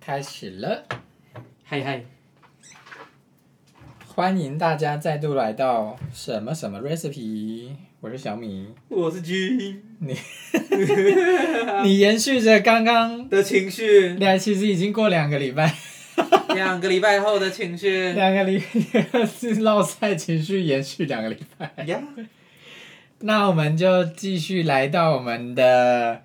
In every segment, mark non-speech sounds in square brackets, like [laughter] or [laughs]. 开始了，嗨嗨，欢迎大家再度来到什么什么 recipe，我是小米。我是君你延续着刚刚，的情绪，那其实已经过两个礼拜， [laughs] 两个礼拜后的情绪两个礼拜 [laughs] 是落赛情绪延续两个礼拜。 [laughs] 呀，那我们就继续来到我们的，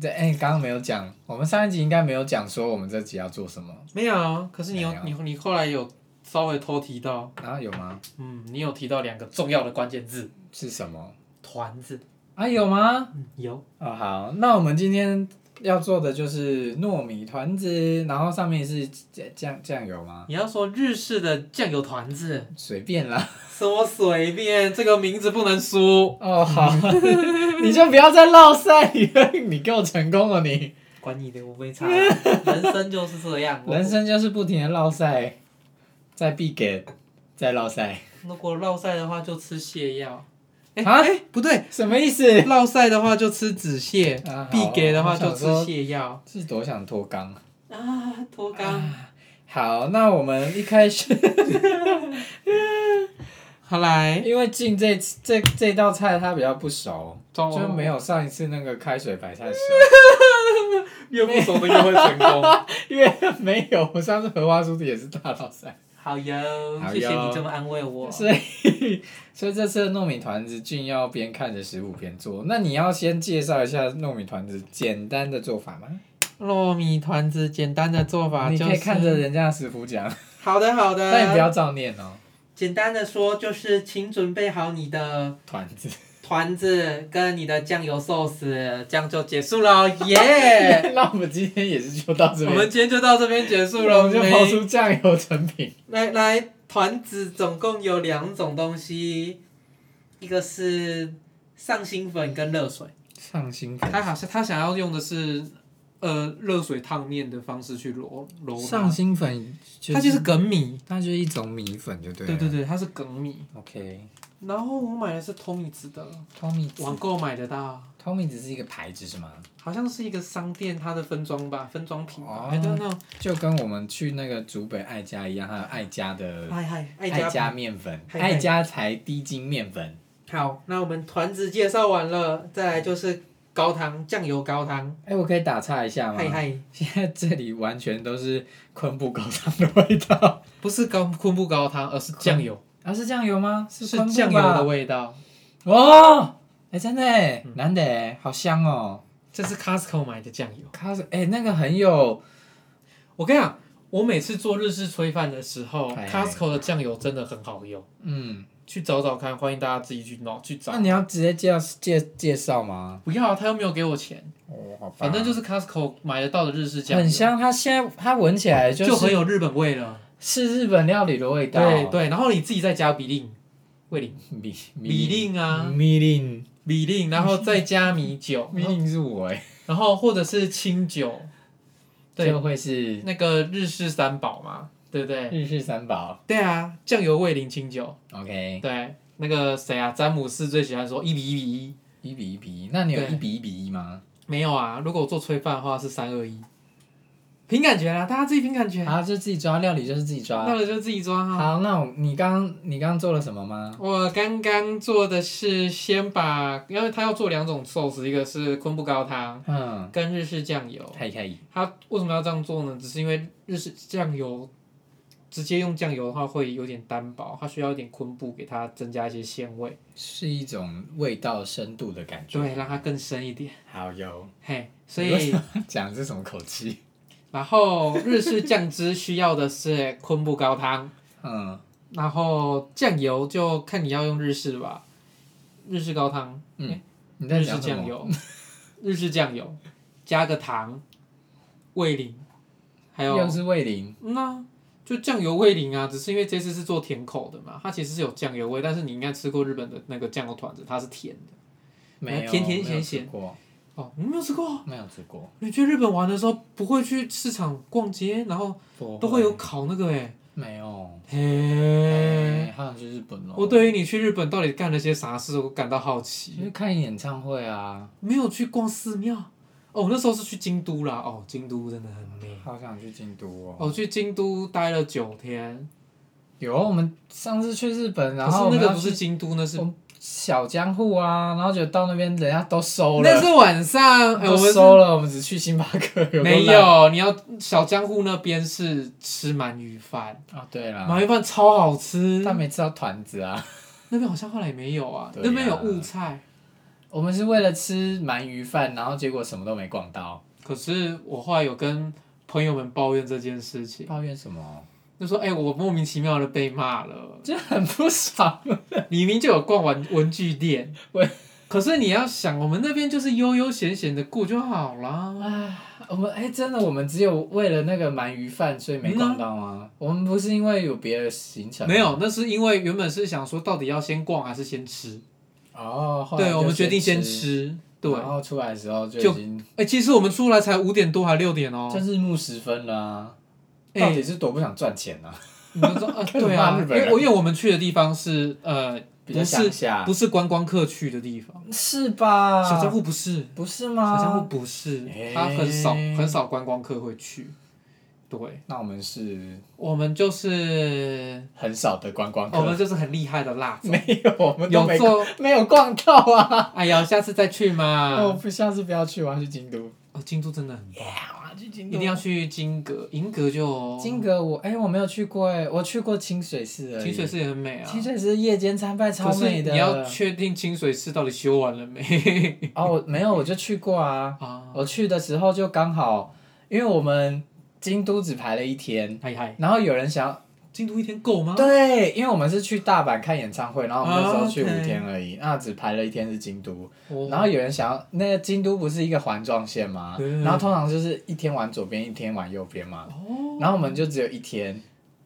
对，哎，刚刚没有讲，我们上一集应该没有讲说我们这集要做什么，没有，可是你有没有你你后来有稍微偷提到，然、啊后有吗？嗯，你有提到两个重要的关键字，是什么？团字，啊，有吗？嗯，有，哦，好，那我们今天要做的就是糯米团子，然后上面是酱酱酱油吗？你要说日式的酱油团子，随便啦。什么随便，这个名字不能输，哦，好， [laughs] 你就不要再绕赛，你你给我成功了你。管你的，我没差，人生就是这样，我人生就是不停的绕赛，再必给，再绕赛，如果落晒的话就吃泻药，哎啊哎，不对，什么意思？落晒的话就吃止泻啊好，必给的话就吃我想说泻药。是多想脱肛。啊，脱肛。好，那我们一开始， [laughs] 好来，因为进这这这道菜它比较不熟，中就没有上一次那个开水白 [laughs] 菜熟。越不熟的越会成功。因为没有，我上次荷花酥的也是大老三，好哟， [laughs] 好哟谢谢你这么安慰我。所以所以这次的糯米团子俊要边看着食谱边做。那你要先介绍一下糯米团子简单的做法吗？糯米团子简单的做法你就是，啊可以看着人家的食谱讲，好的好的。但你不要照念哦。简单的说，就是请准备好你的团子，团子跟你的酱油寿司，这样就结束了，耶、那我们今天 [laughs] 也是就到这我边们，今天就到这边结束我了，们就抛出酱油成品。来来，团子总共有两种东西，一个是上新粉跟热水。上新他好像他想要用的是，呃，热水烫面的方式去揉揉它上新粉、就它就是梗米，它就是一种米粉，就对对了。对对，它是梗米。 OK，然后我买的是 Tommy's 的， Tommy 网购买得到， Tommy 只是一个牌子是吗？好像是一个商店它的分装吧，分装品吧哎哦，I don't know。就跟我们去那个竹北爱家一样，还有爱家的嗨嗨，爱爱家家面粉，嗨嗨爱家才低筋面粉。好，那我们团子介绍完了，再来就是高汤酱油高汤，哎、我可以打岔一下吗嗨？嗨，现在这里完全都是昆布高汤的味道。 [laughs] 不是高昆布高汤，而是酱油，啊，是酱油吗？是是昆布酱油吧的味道。哦。哎、真的哎，难得哎，好香哦。这是 Costco 买的酱油。开始哎，那个很有我跟你讲，我每次做日式炊饭的时候哎，Costco 的酱油真的很好用，嗯，去找找看，欢迎大家自己去弄去找那。你要直接介介介绍吗？不要啊，他又没有给我钱，哦，好吧反正就是 Costco 买得到的日式酱油，很香。它现在它闻起来就是很有日本味了。哦是日本料理的味道。对对，然后你自己再加比令，味淋、米比令啊，米令，比令，然后再加米酒，米令是我哎，然后或者是清酒，对就会是那个日式三宝嘛，对不对？日式三宝对啊，酱油、味淋、清酒， ，OK，对。那个谁啊，詹姆斯最喜欢说一比一比一，一比一比一，那你有对一比一比一吗？没有啊，如果我做炊饭的话是三二一，凭感觉啦，大家自己凭感觉，啊，就自己抓料理，就是自己那抓。我就自己抓哈。好，那我你刚你刚做了什么吗？我刚刚做的是先把，因为他要做两种寿司，一个是昆布高汤嗯，跟日式酱油。太可以，他为什么要这样做呢？只是因为日式酱油直接用酱油的话会有点单薄，它需要一点昆布给它增加一些鲜味，是一种味道深度的感觉。对，让它更深一点。好有， [laughs] 嘿，所你为以什么讲这什么口气？然后日式酱汁需要的是昆布高汤。嗯然后酱油就看你要用日式吧，日式高汤，嗯，你在日式讲什酱么？油，日式酱油，加个糖，味淋，还有又是味淋，嗯啊，就酱油味淋啊，只是因为这次是做甜口的嘛，它其实是有酱油味，但是你应该吃过日本的那个酱油团子，它是甜的。没有甜没甜有咸吃咸过，哦，你没有吃过？没有吃过，你去日本玩的时候不会去市场逛街，然后不哦都会有烤那个哎、没有？嘿，嗯哎，好像去日本我哦，对于你去日本到底干了些啥事，我感到好奇。因为看演唱会啊。没有去逛寺庙，哦，我那时候是去京都啦，哦，京都真的很美。好想去京都哦。我去京都待了九天，有，我们上次去日本，然可后我是们那个要哦不是京都，那是我们小江户啊，然后就到那边人家都收那了，是晚上，哎，都我们是收了，我们只去星巴克。有多没烂有，你要小江户那边是吃鳗鱼饭，啊？对啦，鳗鱼饭超好吃。但没吃到团子啊。那边好像后来没有啊，对呀那边有雾菜。我们是为了吃鳗鱼饭，然后结果什么都没逛到，可是我后来有跟朋友们抱怨这件事情，抱怨什么？。就说：“哎、我莫名其妙的被骂了就很不爽。你明明就有逛文文具店 [laughs] 喂，可是你要想，我们那边就是悠悠闲闲的过就好啦。我们哎、真的，我们只有为了那个鳗鱼饭，所以没逛到吗？我们不是因为有别的行程吗没有，那是因为原本是想说，到底要先逛还是先吃？哦，后来对，就我们决定先吃，吃。对，然哎、后出来的时候就就已经其实我们出来才五点多，还六点哦、就日暮时分了、啊。哎到底是多不想赚钱啊？你就 [laughs] 说，呃，对骂啊，日因本人为我因为我们去的地方是呃，比较不是乡下，啊不是观光客去的地方，是吧？小江户不是，不是小江户吗？不是诶，它很少很少观光客会去。对，那我们是我们就是很少的观光客，我们哦就是很厉害的辣子，没有，啊我们都有没做，没有逛到啊。哎呀，下次再去我嘛。不下次不要去，我要去京都。哦，京都真的很棒，我要去京一定要去金阁，银阁就金阁我，哎、我没有去过哎、我去过清水寺而已。清水寺也很美啊。清水寺夜间参拜超可是美的。你要确定清水寺到底修完 [laughs] 了没？哦，我没有，我就去过 [laughs] 啊。啊，我去的时候就刚好，因为我们京都只排了一天，嗨嗨，然后有人想要京都一天够吗？对，因为我们是去大阪看演唱会，然后我们那时候去啊，OK 哦五天而已，那只排了一天是京都。我然后有人想要，那个京都不是一个环状线吗？嗯然后通常就是一天玩左边，一天玩右边嘛。哦，然后我们就只有一天，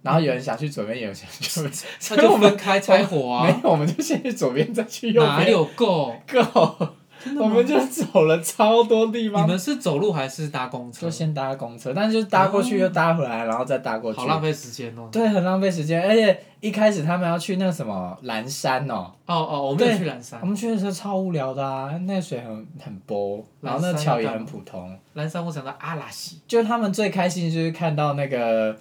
然后有人想去左边，有人想去右边，那 [laughs] 所以我就们分开拆伙啊， [laughs] 没有，我们就先去左边，再去右哪边。有够？够，真的我吗们就走了超多地你方。们是走路还是搭公车就？先搭公车，但是就搭过去又搭回来，然后再搭过去好，浪费时间哦。对，很浪费时间。而且一开始他们要去那个什么蓝山哦，哦哦，我没有对去蓝我山，们去的时候超无聊的啊，那个水很很波，然后那蓝山个桥也要干很嘛普通。蓝山我想到阿拉西，就他们最开心的就是看到那个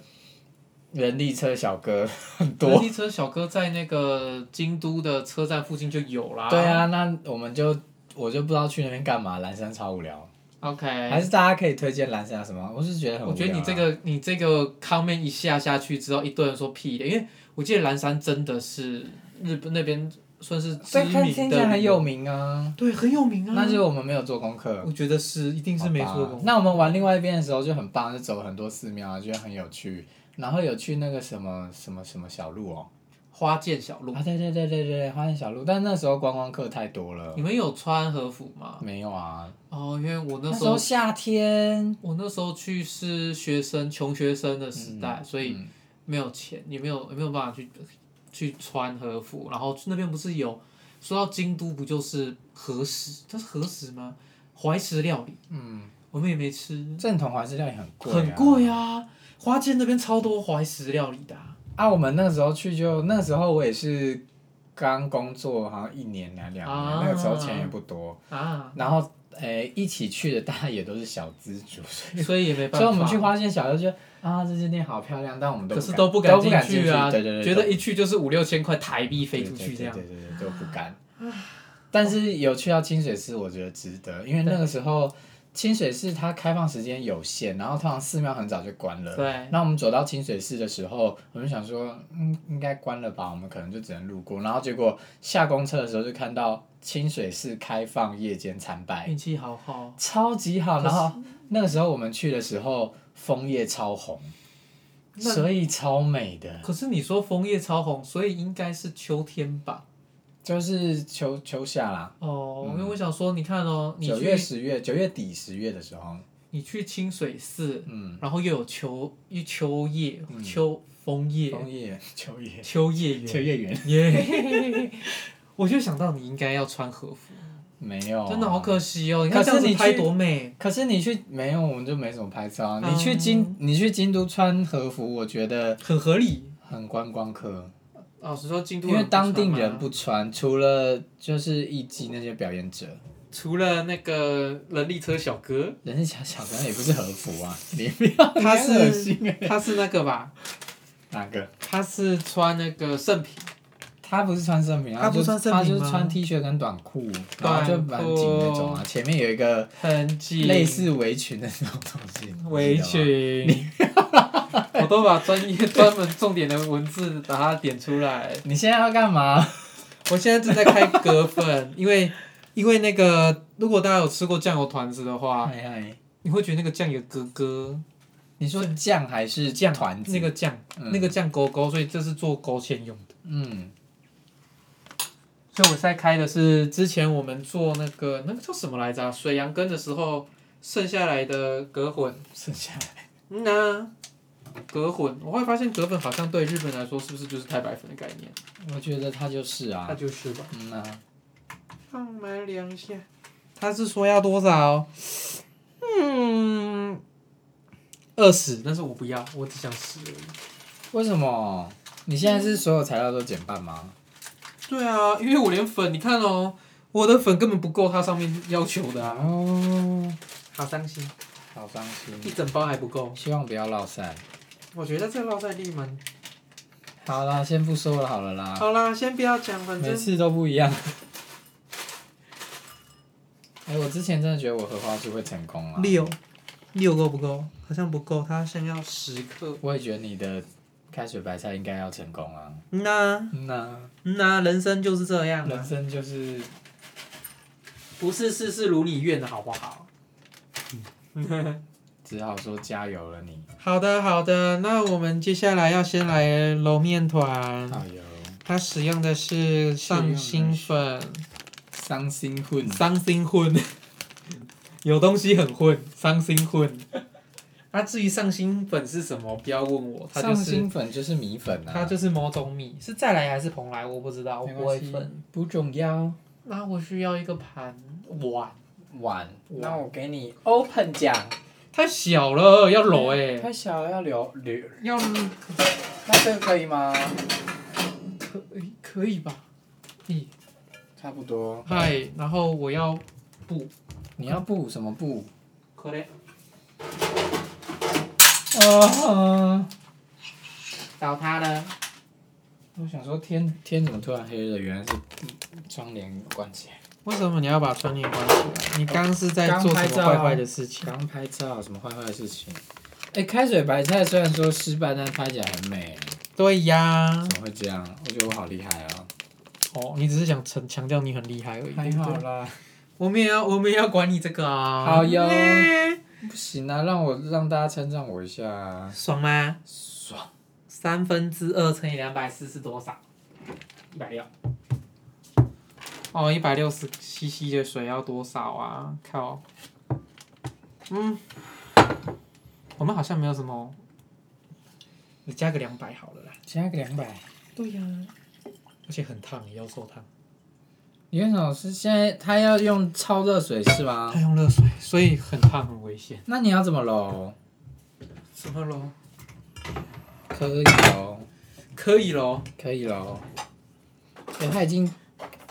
人力车小哥很多人，力车小哥在那个京都的车站附近就有啦。对啊，那我们就我就不知道去那边干嘛，蓝山超无聊。还，OK。是大家可以推荐蓝山有什哎么？我是觉得很无聊我啊、觉得你这个你这个 comment 一下下去之后，一堆人说屁的，因为我记得蓝山真的是日本那边算是知所以看名听起的来旅很游，有名啊，对，很有名啊。那就我们没有做功课，我觉得是一定是没好错吧的。那我们玩另外一边的时候就很棒，就走了很多寺庙啊，觉得很有趣。然后有去那个什么什么什么小路哦，花见小路，啊对对对对对，花园小路，但那时候观光客太多了你，们有穿和服吗？没有啊，哦，因为我那那时时候候夏天，我那时候去是学生穷学生的时代，所以嗯没有钱，也没有也没有办法去去穿和服。然后那边不是有说到京都不就是和食，它是和食吗？怀石料理，嗯，我们也没吃，正统怀石料理很贵、很贵啊！花街那边超多怀石料理的啊、啊，我们那时候去就那时候我也是刚工作，好像一年两两年，啊那个时候钱也不多，啊，然后诶、一起去的大家也都是小资族，所以所以也 [laughs] 没办所法。以我们去花县小就觉得啊这间店好漂亮，但我们都可不是敢都不敢敢去啊，对对对，觉都得一去就是五六千块台币飞出对去这样对。对对对，都不敢。但是有去到清水寺，我觉得值得，因为那个时候清水寺它开放时间有限，然后通常寺庙很早就关了。对那我们走到清水寺的时候，我们想说，嗯，应该关了吧，我们可能就只能路过。然后结果下公车的时候就看到清水寺开放夜间参拜，运气好好，超级好。可然是后那个时候我们去的时候，枫叶超红，那所以超美的，可是你说枫叶超红，所以应该是秋天吧？就是秋秋夏啦。哦，嗯因为我想说，你看哦，你九月、去十月、九月底、十月的时候，你去清水寺，嗯，然后又有秋一秋叶、嗯秋 [laughs] 枫叶、枫叶、秋叶、秋叶秋园，叶园 [laughs] 耶！我就想到你应该要穿和服，没有，啊真的好。可惜哦！你可看是这样子你拍去多美，可是你去没有，我们就没什么拍照啊。嗯你去京，你去京都穿和服，我觉得很合理。很观光客，老实说，京都因为当地穿吗人不穿，除了就是艺妓那些表演者，除了那个人力车小哥，人家小小哥也不是和服啊，你不要，嗯 [laughs] 他你很恶是心欸他是那个吧？哪个？他是穿那个圣品，他不是穿圣品，他不就算圣他品就是吗穿 T 恤跟短裤，然后短就蛮紧那种啊，前面有一个很紧，类似围裙的那种东西，围你知道吗。裙。我都把专业专门重点的文字把它点出来。你现在要干嘛？我现在正在开葛粉，因为因为那个如果大家有吃过酱油团子的话，哎哎，你会觉得那个酱油咯咯，你说酱还是酱团子？那个酱、嗯那个酱勾勾，所以这是做勾芡用的。嗯，所以我现在开的是之前我们做那个那个叫什么来着啊、水杨根的时候剩下来的葛粉。剩下来嗯呐、葛粉，我会发现葛粉好像对日本来说是不是就是太白粉的概念？我觉得他就是它啊，就是吧。嗯啊，让我们来量一下，他是说要多少？嗯，二十，但是我不要，我只想十而已。为什么？你现在是所有材料都减半吗？对啊，因为我连粉，你看哦，我的粉根本不够它上面要求的啊，哦，好伤心，好伤一心，整包还不够。希望不要落晒。我觉得这个烙在地蛮……好啦，先不说了，好了啦，好啦，先不要讲，反每正次都不一样。 [laughs] 哎、我之前真的觉得我荷花酥会成功啊，六，六够不够？好像不够，它先要十克。我也觉得你的开水白菜应该要成功啊。嗯呐、那嗯呐、人生就是这样人啊，生就是不是事事如你愿的好不好？只好说加油了你。好的，好的，那我们接下来要先来揉面团，加油，它使用的是上新 [laughs] 粉、伤心混。伤心混，有东西很混，伤心混。啊，至于上新粉是什么，不要问我，它上就是新粉就是米粉啊，它就是某种米，是再来还是蓬莱，我不知道，我没不关会系分。不重要。那我需要一个盘碗，碗，碗那我给你 open 奖。太小了，要揉哎、太小了要留留，要那这个可以吗？可以可以吧？咦，差不多。嗨，然后我要布，你要布什么布？可嘞，啊！倒塌了。我想说天天怎么突然黑了？原来是嗯窗帘关起来。为什么你要把窗帘关起来？你刚刚是在做什么坏坏的事情？刚拍照什么坏坏的事情？哎、开水白菜虽然说失败，但是拍起来很美。对呀，怎么会这样？我觉得我好厉害啊！哦，你只是想强强调你很厉害而已。对不对啦，我们也要，我们也要管你这个啊。好哟嘞不行啊，让我让大家称赞我一下啊。爽吗？爽，三分之二乘以两百四是多少？一百六。哦，一百六十 CC 的水要多少啊？靠。嗯，我们好像没有什么，你加个两百好了啦。加个两百。对呀、而且很烫，腰受烫。你为什么是现在他要用超热水是吗他？用热水，所以很烫很危险。那你要怎么揉？什么咯？可以揉，可以咯。可以揉。哎、他已经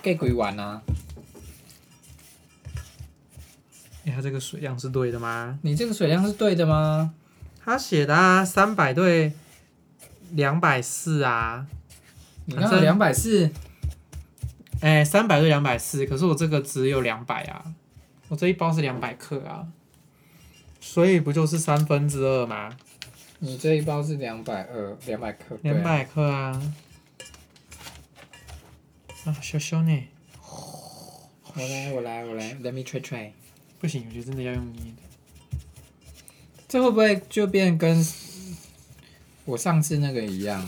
给鬼玩啦、哎、他这个水量是对的吗？你这个水量是对的吗？他写的啊，三百对两百四啊，你啊刚刚两百四，哎、三百对两百四，可是我这个只有两百啊，我这一包是两百克啊，所以不就是三分之二吗？你这一包是两百二，两百克。对啊两。百克啊，啊，羞羞呢？我来，我来，我来，Let me try try。不行，我觉得真的要用捏的。这会不会就变跟我上次那个一样，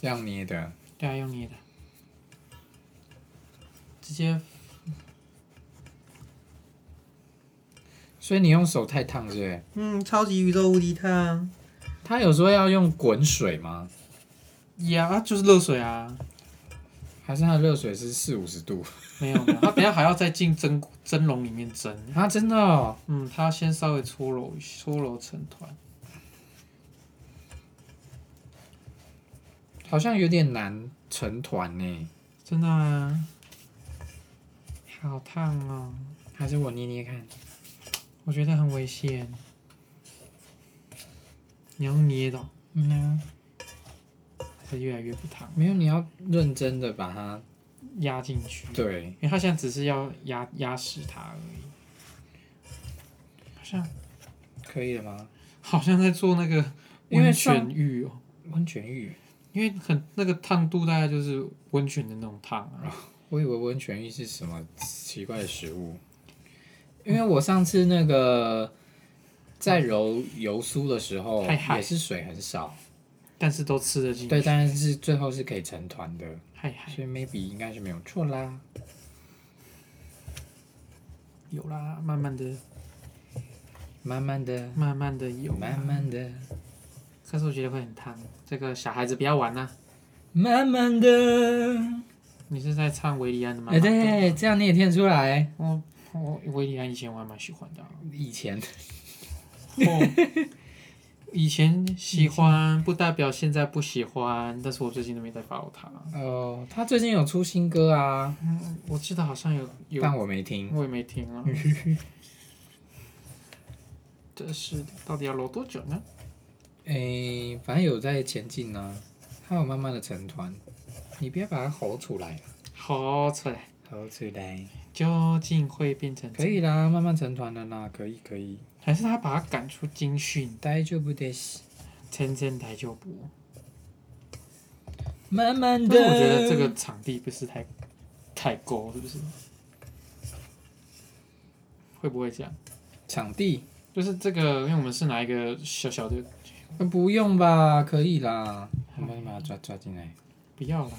这样捏的？对啊，用捏的，直接所以你用手太烫，是不是？嗯，超级宇宙无敌烫。他有说要用滚水吗？呀就是热水啊，还是它的热水是四五十度？没有没有，它等一下还要再进蒸蒸笼里面蒸。啊，真的、哦？嗯，它要先稍微搓揉搓揉成团。好像有点难成团呢。真的啊，好烫哦！还是我捏捏看，我觉得很危险。你要捏的哦、嗯啊还是越来越不烫，没有，你要认真的把它压进去。对，因为他现在只是要压压实它而已，好像可以了吗？好像在做那个因为温上泉浴哦、温泉浴，因为很那个烫度大概就是温泉的那种烫啊，我以为温泉浴是什么奇怪的食物，因为我上次那个在揉油酥的时候嗨嗯嗨也是水很少，但是都吃得进对，去。但是最后是可以成团的，嗨嗨，所以 maybe 应该是没有错啦。有啦，慢慢的，慢慢的，慢慢的有啦。慢慢的，可是我觉得会很烫，这个小孩子不要玩啊！慢慢的，你是在唱维里安的吗？哎、对，这样你也听得出来。我嗯我维里安以前我还蛮喜欢的啊、以前哦，以前喜欢不代表现在不喜欢，但是我最近都没在 follow 他。哦，他最近有出新歌啊，嗯，我记得好像有有，但我没听。我也没听啊。这是到底要揉多久呢？诶、哎反正有在前进呢、它有慢慢的成团，你不要把它吼出来， [laughs] 啊好出来，吼出来，究竟会变成可以啦，慢慢成团的啦，可以可以，还是他把他赶出军训，大丈夫です。天天台就不？慢慢但的，是我觉得这个场地不是太太够，是不是？会不会这样？场地就是这个，因为我们是拿一个小小的，呃不用吧，可以啦，我们把它抓抓进来，不要啦。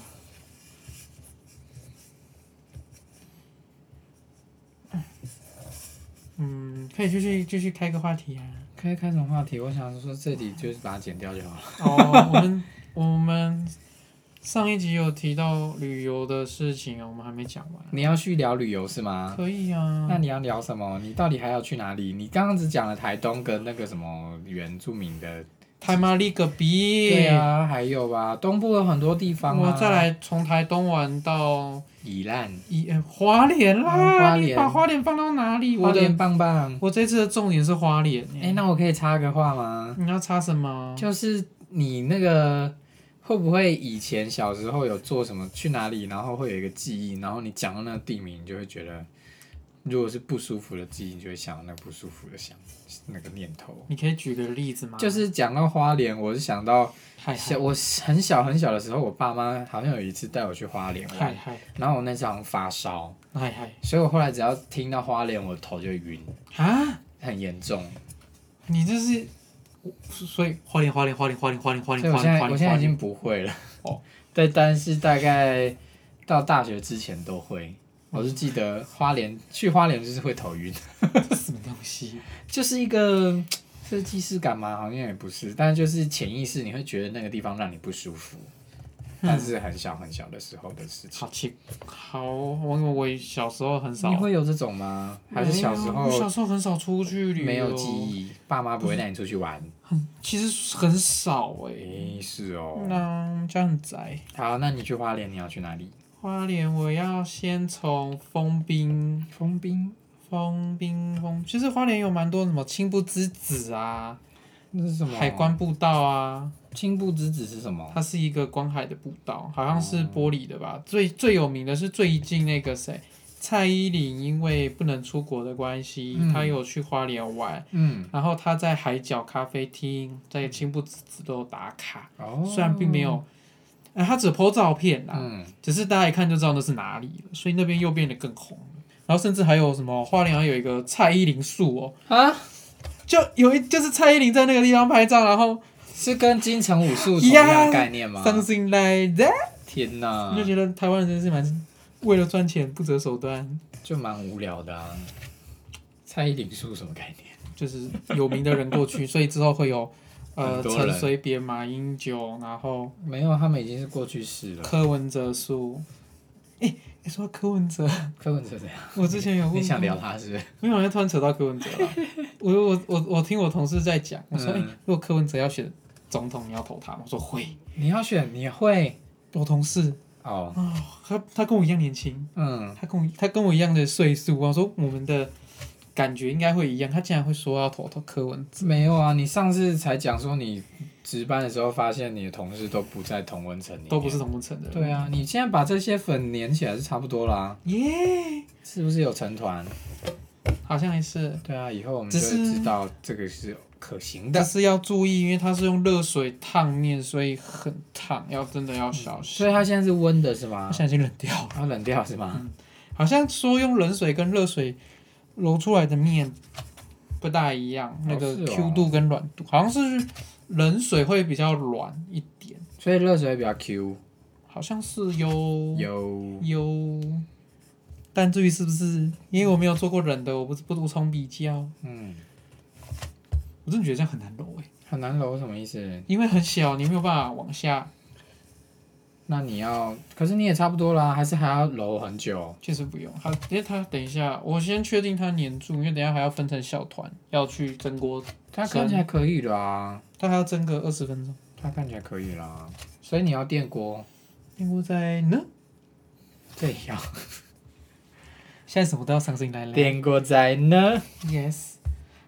嗯，可以继续继续开个话题啊。可以开什么话题？我想说这里就是把它剪掉就好了。哦，我们我们上一集有提到旅游的事情啊，我们还没讲完。你要去聊旅游是吗？可以啊，那你要聊什么？你到底还要去哪里？你刚刚只讲了台东跟那个什么原住民的，台马里隔壁。对，啊，还有吧，东部有很多地方啊。我再来从台东玩到宜兰，一呃花莲啦，嗯花莲你把花莲放到哪里？花我的莲棒棒。我这次的重点是花莲耶。哎、那我可以插个话吗？你要插什么？就是你那个会不会以前小时候有做什么去哪里，然后会有一个记忆，然后你讲到那个地名，你就会觉得，如果是不舒服的记忆，你就会想到那个不舒服的想那个念头。你可以举个例子吗？就是讲到花莲，我是想到嗨哎小嗨我很小很小的时候，我爸妈好像有一次带我去花莲嗨玩，嗨然后我那次好像发烧，嗨嗨所以我后来只要听到花莲，我头就晕，啊！很严重。你这是，所以花莲花莲花莲花莲花莲花所莲以我现在我花莲花莲现花在已莲，经不会了。哦， [laughs] 对，但是大概到大学之前都会。我是记得花莲去花莲就是会头晕，这什么东西？就是一个是既视感嘛，好像也不是，但是就是潜意识你会觉得那个地方让你不舒服，但是很小很小的时候的事情。好奇，好，我我小时候很少你，会有这种吗？还是小时没有我小候时候很少出去旅游，没有记，忆，爸妈不会带你出去玩？其实很少哎。诶、是哦。那这样子哎，好，那你去花莲你要去哪里？花莲我要先从丰滨。丰滨，丰滨丰，其实花莲有蛮多什么青布之子啊，那是什么？哦海关步道啊，青布之子是什么？它是一个观海的步道，好像是玻璃的哦吧。最最有名的是最近那个谁，蔡依林，因为不能出国的关系，嗯她有去花莲玩，嗯，然后她在海角咖啡厅，在青布之子都有打卡，哦，虽然并没有，哎、她只 po 照片啦，嗯，只是大家一看就知道那是哪里了，所以那边又变得更红了。然后甚至还有什么花莲还有一个蔡依林树哦，啊，就有一就是蔡依林在那个地方拍照，然后是跟金城武术同样的概念吗？ something like that，、天哪你就，觉得台湾人真是蛮为了赚钱不择手段，就蛮无聊的啊。蔡依林术什么概念？就是有名的人 [laughs] 过去，所以之后会有呃很多人陈水扁、马英九，然后没有，他们已经是过去式了。柯文哲叔。哎、你说到柯 [laughs] 文哲，柯文哲怎样？我之前有问过你想聊他是不是？没有，好像突然扯到柯文哲 [laughs] 了。我我我我听我同事在讲，我说，哎、嗯如果柯文哲要选总统，你要投他吗？我说会。你要选，你会我同事哦，哦，他他跟我一样年轻，嗯，他跟我他跟我一样的岁数，我想说我们的感觉应该会一样。他竟然会说要投投柯文，没有啊，你上次才讲说你值班的时候发现你的同事都不在同温层里面，都不是同文层的。对啊，你现在把这些粉粘起来是差不多啦，耶，是不是有成团？好像也是，对啊，以后我们就只是会知道这个是可行的但。是要注意，因为它是用热水烫面，所以很烫，要真的要小心。所以它现在是温的是它吗？现在已经冷掉了，它冷掉是吗？好像说用冷水跟热水揉出来的面不大一样，那个是哦 Q 度跟软度，好像是冷水会比较软一点，所以热水比较 Q，好像是有有有，但至于是不是，因为我没有做过冷的，我不不无从比较。嗯，我真的觉得这样很难揉诶、很难揉什么意思？因为很小，你没有办法往下，那你要，可是你也差不多啦，还是还要揉很久？确实不用。它，因为它等一下，我先确定它粘住，因为等一下还要分成小团，要去蒸锅，它看起来可以啦，大概要蒸个二十分钟。它看起来可以啦，所以你要电锅，电锅在呢，这也要现在什么都要上心来了。电锅在呢。 Yes，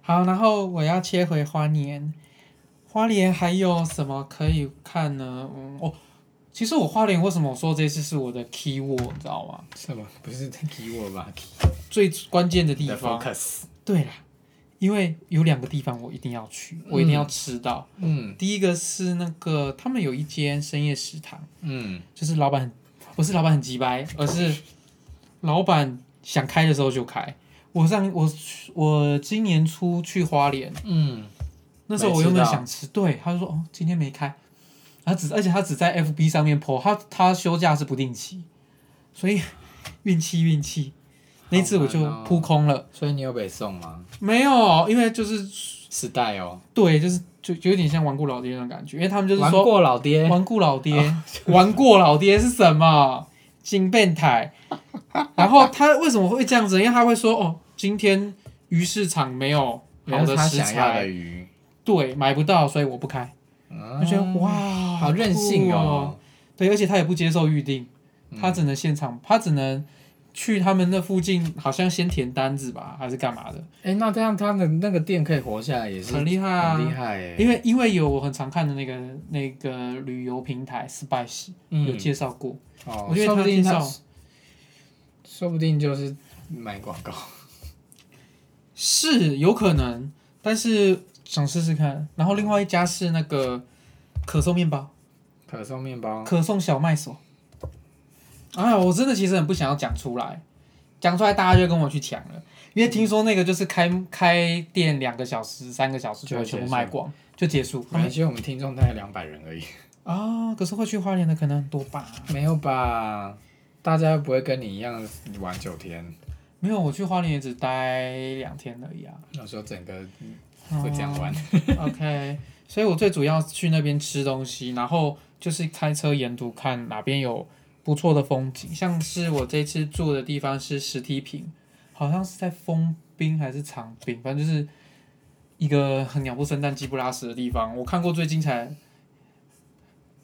好，然后我要切回花莲。花莲还有什么可以看呢？嗯，哦，其实我花莲为什么我说这次是我的 key word，你知道吗？什么？不是在给我吧？最关键的地的方。 focus。对啦，因为有两个地方我一定要去，我一定要吃到。嗯第一个是那个他们有一间深夜食堂，嗯，就是老板很不是老板很鸡掰，而是老板想开的时候就开。我上我我今年初去花莲。嗯，那时候我原本想吃，对，他就说哦，今天没开，他只而且他只在 FB 上面 po，他他休假是不定期，所以运气运气，那一次我就好难哦扑空了，所以你有被送吗？没有，因为就是时代哦，对，就是就就有点像玩故老爹那种感觉，因为他们就是玩说过老爹，顽固老爹，哦顽固老爹是什么？金变态。然后他为什么会这样子？因为他会说哦，今天鱼市场没有好然后的他食想要的材，鱼，对，买不到，所以我不开。嗯我觉得哇，好任性哦。酷！对，而且他也不接受预定，嗯他只能现场，他只能去他们那附近，好像先填单子吧，还是干嘛的？哎、那这样他的那个店可以活下来也是很厉害啊！很厉害哎、因为因为有我很常看的那个那个旅游平台 Spice 有嗯，介绍过，哦我，觉得说不他定介他绍，说不定就是买广告，是有可能，但是想试试看。然后另外一家是那个可颂面包，可颂面包，可颂小麦所。哎呀，我真的其实很不想要讲出来，讲出来大家就跟我去抢了，因为听说那个就是开开店两个小时、三个小时就会就结全束部卖光，就结束。没关系，我们听众大概两百人而已，啊，可是会去花莲的可能很多吧？没有吧？大家又不会跟你一样玩九天，没有，我去花莲也只待两天而已啊。有时候整个会这样哦玩。 [laughs] OK，所以我最主要是去那边吃东西，然后就是开车沿途看哪边有不错的风景，像是我这次住的地方是石梯坪，好像是在丰滨还是长滨，反正就是一个很鸟不生蛋、鸡不拉屎的地方。我看过最精彩，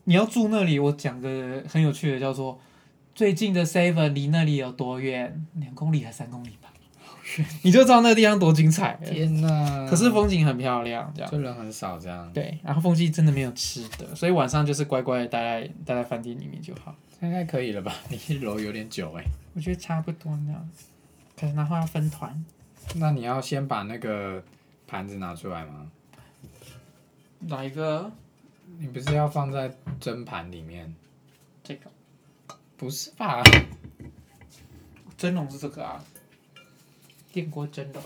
你要住那里，我讲个很有趣的，叫做最近的 Seven 离那里有多远？两公里还是三公里吧？你就知道那个地方多精彩了。天哪！可是风景很漂亮，这样。就人很少这样，对，然后风纪真的没有吃的，所以晚上就是乖乖的待在待在饭店里面就好。应该可以了吧？ [laughs] 你一楼有点久哎、我觉得差不多那样，可能然后要分团，那你要先把那个盘子拿出来吗？哪一个？你不是要放在蒸盘里面？这个不是吧？蒸笼是这个啊，电锅蒸笼。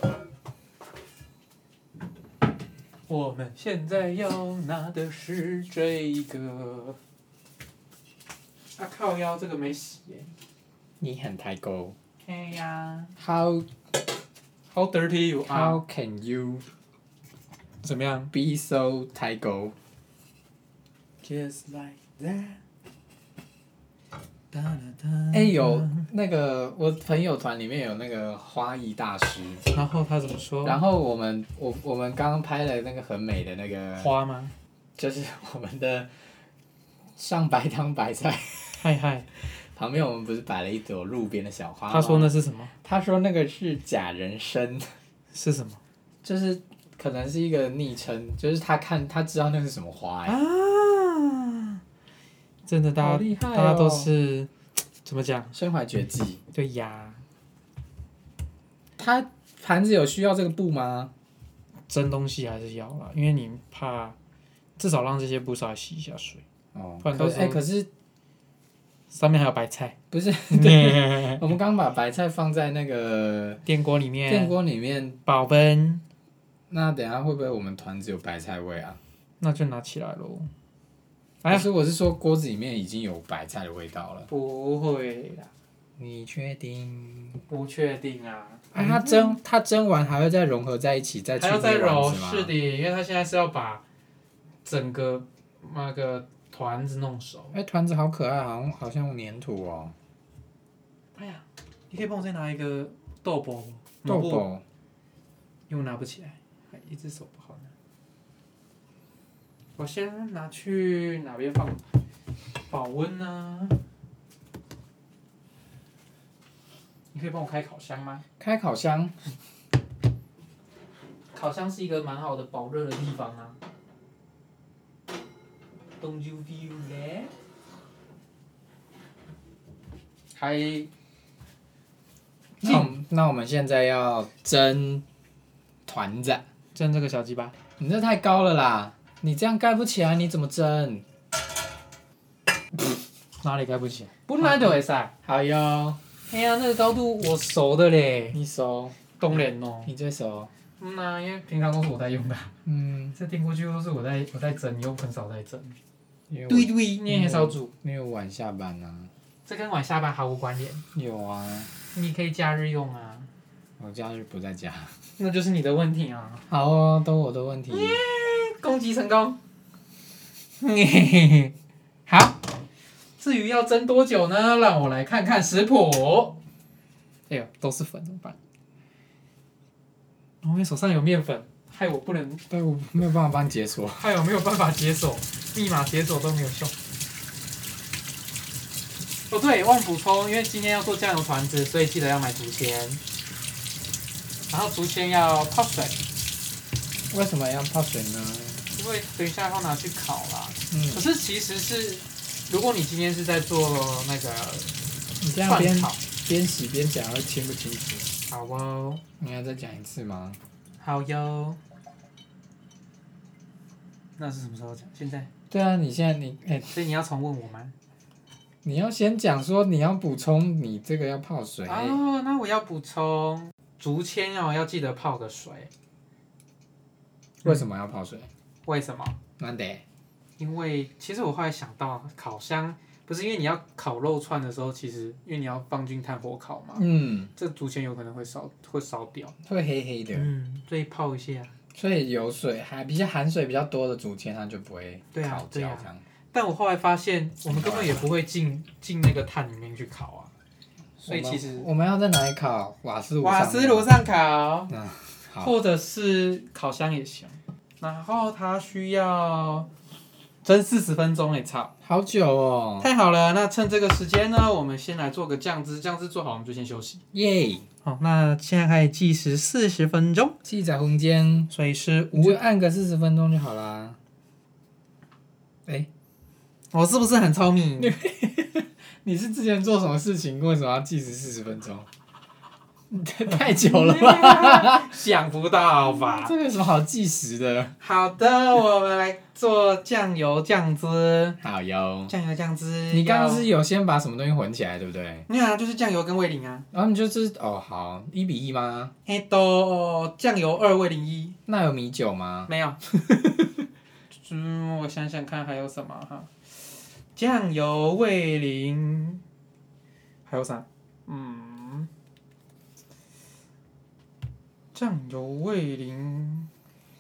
我们现在要拿的是这个。啊靠腰，这个没洗耶。你很抬高。嘿呀、 How h o w dirty you are？ how can you 怎么样？ be so 抬高？ Just like that。哒啦哒。哎、有那个我朋友团里面有那个花艺大师，然后他怎么说？然后我们我我们刚刚拍了那个很美的那个，花吗？就是我们的上白汤白菜，嗨嗨，旁边我们不是摆了一朵路边的小花吗？他说那是什么？他说那个是假人参，是什么？就是可能是一个昵称，就是他看他知道那是什么花呀、啊！真的，大哎好家、厉害哦大家都是怎么讲？身怀绝技。对呀，他盘子有需要这个布吗？真东西还是要啦，因为你怕，至少让这些布稍微洗一下水，哦，不然可到是时哎、候可是上面还有 [laughs] 白菜，不 [laughs] 是？对，我们刚把白菜放在那个电锅里电面锅里面，保温，那等一下会不会我们团子有白菜味啊？那就拿起来喽。可哎呀，是我是说锅子里面已经有白菜的味道了。不会啦，你确定？不确定啊，啊，它蒸它蒸完还会再融合在一起，再去还要再捏丸揉，子吗是的，因为它现在是要把整个那个团子弄熟。哎、团子好可爱，好像好像粘土哦，哎呀，你可以帮我再拿一个豆包吗？豆抹布，腐。因为我拿不起来，哎一只手不好拿。我先拿去哪边放？保温啊呢、你可以帮我开烤箱吗？开烤箱，烤箱是一个蛮好的保热的地方啊。Don't you feel that？还嗯那我们那我们现在要蒸团子，蒸这个小鸡巴，你这太高了啦！你这样盖不起来，你怎么蒸？哪里盖不起来？本来来就会噻。好哟，哎呀，那个高度我熟的嘞。你熟，当然咯。你最熟。嗯呐、因为平常都是我在用的，嗯，这电锅几乎都是我在我在蒸，又很少在蒸。因为我对对，你也很少煮，因为我晚下班啊。这跟晚下班毫无关联。有啊，你可以假日用啊，我假日不在家。那就是你的问题啊。好哦，都我的问题。 [laughs] 攻击成功。嘿嘿嘿，好。至于要蒸多久呢？让我来看看食谱。哎呦，都是粉，怎么办？我、们手上有面粉，害我不能，但我没有办法帮你解锁。害我没有办法解锁，密码解锁都没有用。哦，对，忘补充，因为今天要做酱油团子，所以记得要买竹签。然后竹签要泡水，为什么要泡水呢？因为等一下要拿去烤啦。可嗯，是其实是，如果你今天是在做那个你这样串边烤，边洗边讲会听不清楚。好哦，你要再讲一次吗？好哟。那是什么时候讲？现在？对啊，你现在你哎、所以你要重问我吗？你要先讲说你要补充，你这个要泡水。哦，那我要补充竹签哦，要记得泡个水。为什么要泡水？为什么？那得因为其实我后来想到，烤箱不是因为你要烤肉串的时候，其实因为你要放进炭火烤嘛，嗯，这竹签有可能会烧会烧掉。会黑黑的，嗯，所以泡一下。所以有水还比较含水比较多的竹签，它就不会对啊烤焦这对啊样。但我后来发现，我们根本也不会进进那个炭里面去烤啊，所以我们其实我们要在哪里烤？瓦斯炉上吗。瓦斯炉上啊烤，嗯，好，或者是烤箱也行。然后它需要蒸四十分钟诶，操！好久哦，太好了，那趁这个时间呢，我们先来做个酱汁，酱汁做好我们就先休息。耶！好，那现在开始计时四十分钟，记在空间，所以是你就按个四十分钟就好啦。哎，我是不是很聪明？ [laughs] 你是之前做什么事情？为什么要计时四十分钟？ [laughs] 太久 [laughs] 了吧？想不到吧？这个有什么好计时的？好的，我们来做酱油酱汁。好哟。酱油酱汁，你刚刚是有先把什么东西混起来，对不对？没有啊？就是酱油跟味淋啊。然后你就是哦，好，一比一吗？哎，都酱油二味淋一那有米酒吗？没有。 [laughs] 嗯，我想想看还有什么哈？酱油味淋，还有啥？嗯，酱油味淋，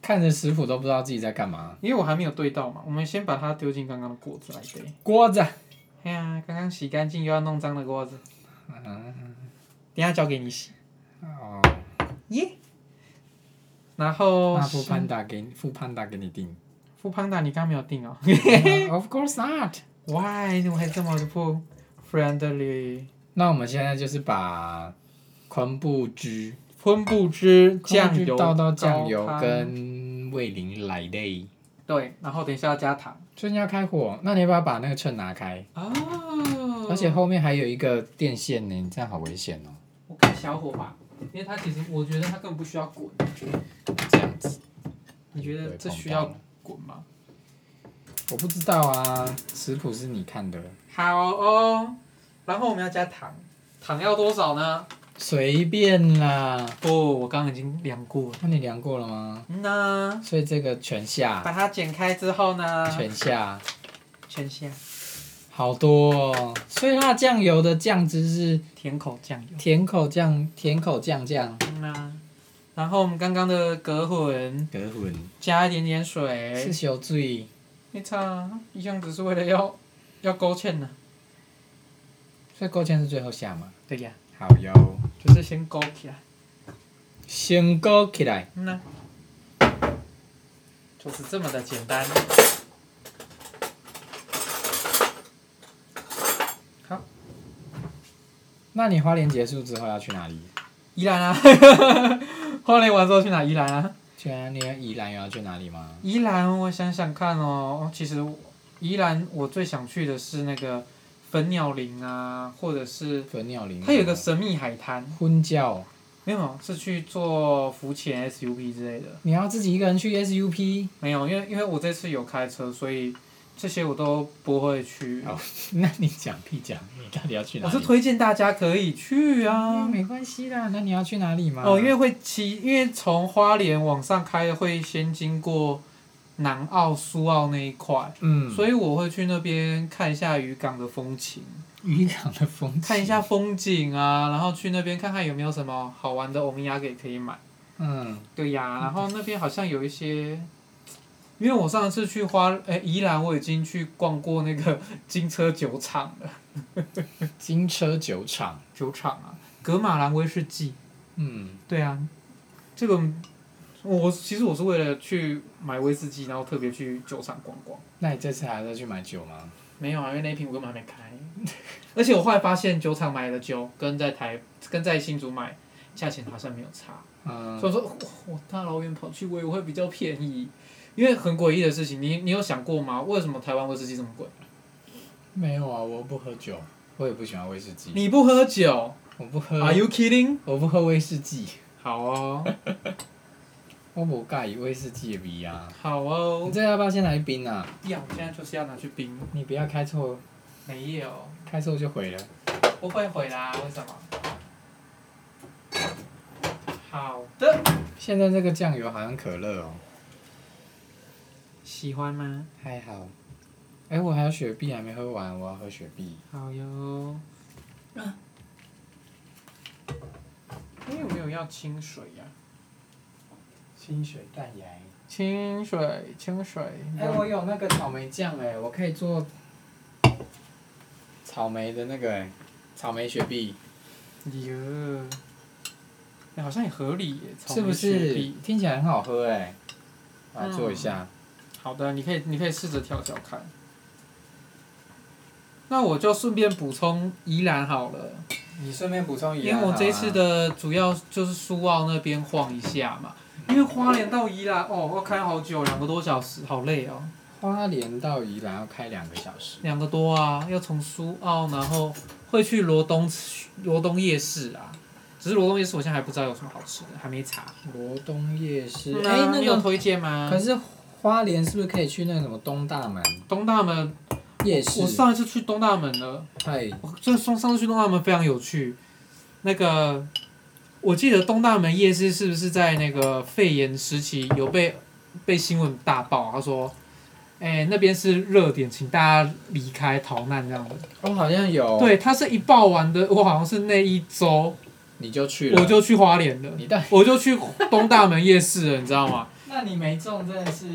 看着食谱都不知道自己在干嘛。因为我还没有对到嘛，我们先把它丢进刚刚的锅子来对。锅子，哎呀，刚刚洗干净又要弄脏的锅子，嗯，等一下交给你洗。哦，耶。然后那是副 [laughs] 潘达给你，副潘达给你订。富胖达，你刚刚没有订哦。 of course not。 Why 你们还这么不 friendly？那我们现在就是把昆布汁、昆布汁、昆酱布汁油、倒到酱高油汤跟味淋来嘞。对，然后等一下要加糖最近要开火，那你要不要把那个秤拿开？啊。而且后面还有一个电线呢，你这样好危险哦。我看小火吧，因为它其实我觉得它根本不需要滚。这样子，你觉对得这碰需到要了滚吗？我不知道啊，食谱是你看的，好哦，然后我们要加糖，糖要多少呢？随便啦。不、哦我刚刚已经量过了。那你量过了吗？嗯呐，所以这个全下，把它剪开之后呢，全下，全下好多哦。所以它的酱油的酱汁是甜口酱油。甜口酱，甜口酱酱。嗯呐，然后我们刚刚的隔混隔混加一点点是水，小醉，没差，一样只是为了要要勾芡啊呢、所以勾芡是最后下嘛。对呀，好哟，就是先勾起来。先勾起来。嗯呐，就是这么的简单。好，那你花莲结束之后要去哪里？宜兰啊， [laughs] 花莲完之后去哪？宜兰啊，去哪里？宜兰有要去哪里吗？宜兰，我想想看哦，其实宜兰我最想去的是那个粉鸟林啊，或者是粉鸟林。它有一个神秘海滩，婚教，没有，是去做浮潜 SUP 之类的。你要自己一个人去 SUP？没有，因为因为我这次有开车，所以这些我都不会去。哦 [laughs] 那你讲屁讲，你到底要去哪我里？是推荐大家可以去啊，啊。没关系啦。那你要去哪里吗？哦，因为会骑，因为从花莲往上开会先经过南澳、苏澳那一块，嗯，所以我会去那边看一下渔港的风情，渔港的风景看一，下风景啊，然后去那边看看有没有什么好玩的欧米亚给可以买。嗯，对呀、然后那边好像有一些，因为我上次去花诶、宜兰，我已经去逛过那个金车酒厂了， [laughs] 金车酒厂，酒厂啊，格马兰威士忌。嗯，对啊，这个我其实我是为了去买威士忌，然后特别去酒厂逛逛。那你这次还要再去买酒吗？没有啊，因为那一瓶我根本还没开。 [laughs] 而且我后来发现，酒厂买的酒跟在台跟在新竹买价钱好像没有差。嗯，所以我说哇我大老远跑去，我也会比较便宜。因为很诡异的事情，你你有想过吗？为什么台湾威士忌这么贵？没有啊，我不喝酒，我也不喜欢威士忌，你不喝酒我不喝， ？Are you kidding？我不喝威士忌，好哦，我不介意威士忌的味啊。好你哦。这要不要先来一冰啊？呀，我现在就是要拿去冰。你不要开错，没有，开错就毁了。不会回啦。为什么？好的。现在这个酱油好像可乐哦，喜欢吗？还好。哎、我还有雪碧还没喝完，我要喝雪碧。好哟。啊你有没有要清水呀、清水淡牙。清水，清水。哎、我有那个草莓酱哎、我可以做草莓的那个哎、草莓雪碧耶、欸好像也合理耶，草莓是不雪是碧？听起来很好喝哎、我嗯来做一下。好的，你可以，你可以试着调调看。那我就顺便补充宜兰好了，你顺便补充一啊因为我这次的主要就是苏澳那边晃一下嘛，因为花莲到宜兰哦，要开好久，两个多小时，好累哦，花莲到宜兰要开两个小时，两个多啊，要从苏澳，然后会去罗东罗东夜市啊，只是罗东夜市我现在还不知道有什么好吃的，还没查。罗东夜市。嗯哎、啊那你有个推荐吗可？是花莲是不是可以去那个什么东大门东大门夜市？哎我上一次去东大门了，太我这上上次去东大门非常有趣。那个，我记得东大门夜市是不是在那个肺炎时期有被被新闻大爆？他说，哎、那边是热点，请大家离开逃难这样子。哦，好像有，对，他是一爆完的，我好像是那一周你就去了，我就去花莲了，你到，我就去东大门夜市了，你知道吗？那你没中真的是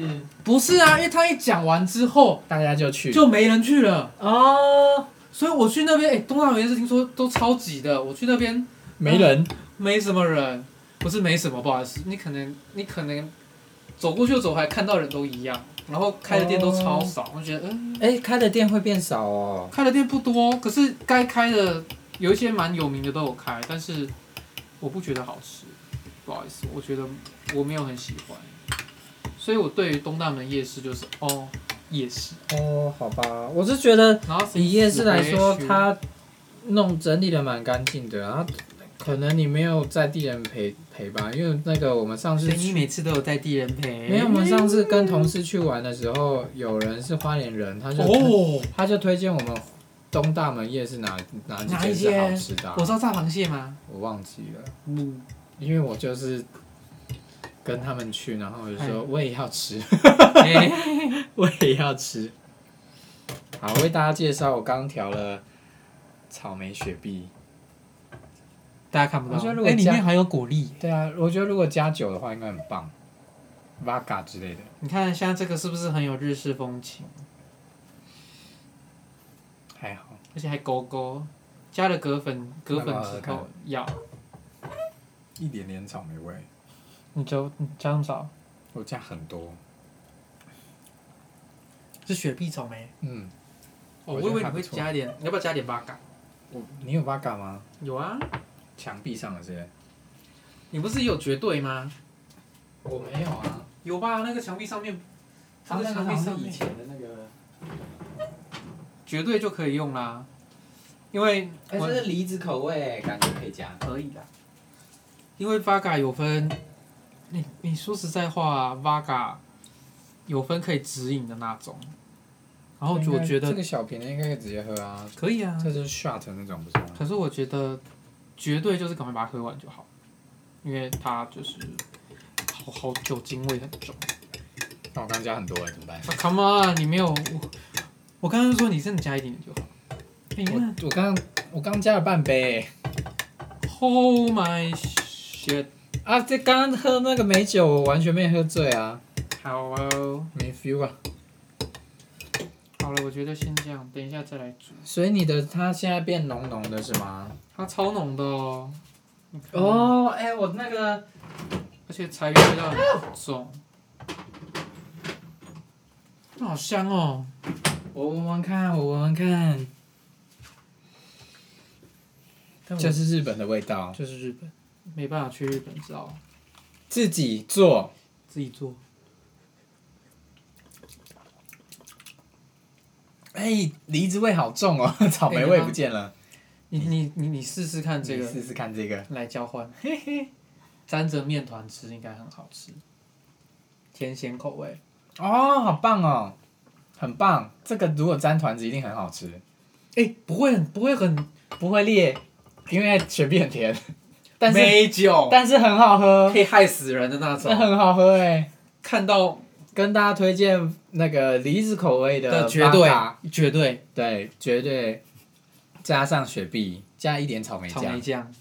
不是啊，因为他一讲完之后大家就去就没人去了。哦，所以我去那边，哎、东大门夜市听说都超级的。我去那边没人，没什么人，不是没什么，不好意思，你可能你可能走过去走还看到人都一样，然后开的店都超少，我觉得嗯，哎、开的店会变少哦。开的店不多，可是该开的有一些蛮有名的都有开，但是我不觉得好吃，不好意思，我觉得我没有很喜欢，所以我对于东大门夜市就是哦夜市，哦，好吧，我是觉得然后以哎夜市来说，它。它弄整理的蛮干净的，然后可能你没有在地人陪陪吧，因为那个我们上次所以你每次都有在地人陪？没有，我们上次跟同事去玩的时候，有人是花莲人，他就、哦，他就推荐我们东大门夜市哪哪哪一几间是好吃的啊、我知道炸螃蟹 [laughs] 吗？我忘记了，嗯，因为我就是跟他们去，然后我就哎说我也要吃，哎我也要吃。好，为大家介绍，我刚调了草莓雪碧。大家看不到我觉得如，果哎，里加面还有果粒。对啊，我觉得如果加酒的话，应该很棒 v o d k a 之类的。你看现在这个是不是很有日式风情？还好，而且还勾勾，加了葛粉，葛粉那么好之后看要，一点点草莓味，你就你加多少？我加很多。是雪碧草莓。嗯，哦，我觉我以得为你还不会错加一点，你要不要加点八嘎？我你有 v o d k a 吗？有啊，墙壁上的这些？你不是有绝对吗？我没有啊，有吧？那个墙壁上面，他那那个个墙好壁像上是以面前的那个，绝对就可以用啦，因为哎、我这是梨子口味，感觉可以啊加。可以的，因为 Vaga 有分，你你说实在话，Vaga 有分可以指引的那种，然后我这觉得个小瓶的应该可以直接喝啊，可以啊，这就是 shot 那种不是吗？可是我觉得绝对就是赶快把它喝完就好，因为它就是好好酒精味很重。那哦我刚加很多了，怎么办？啊、Come on，你没有我，我刚刚说你真的加一点点就好。哎你看我我刚我刚加了半杯、 ，Oh my shit，啊！这刚刚喝那个美酒，我完全没喝醉啊，好哦，没 feel 啊。好了，我觉得先这样，等一下再来煮。所以你的它现在变浓浓的是吗？它超浓的哦。你看，哦，哎、我那个而且柴鱼味道很重，那好香哦。我闻闻看，我闻闻看，但我这是日本的味道，就是日本，没办法去日本，知道吗自己做，自己做。哎、梨子味好重哦， [laughs] 草莓味不见了，你你你哎你试试看这你个试试看这个，来交换，嘿嘿，沾着面团吃应该很好吃，甜咸口味。哦，好棒哦，很棒，这个如果沾团子一定很好吃，哎、不会很不会很不会裂，因为雪碧很甜， [laughs] 但是美酒，但是很好喝可，以害死人的那这 [laughs] 种。很好喝哎、看到跟大家推荐那个梨子口味的的绝对 Vodka 绝对对，绝对加上雪碧，加一点草莓草莓酱，酱，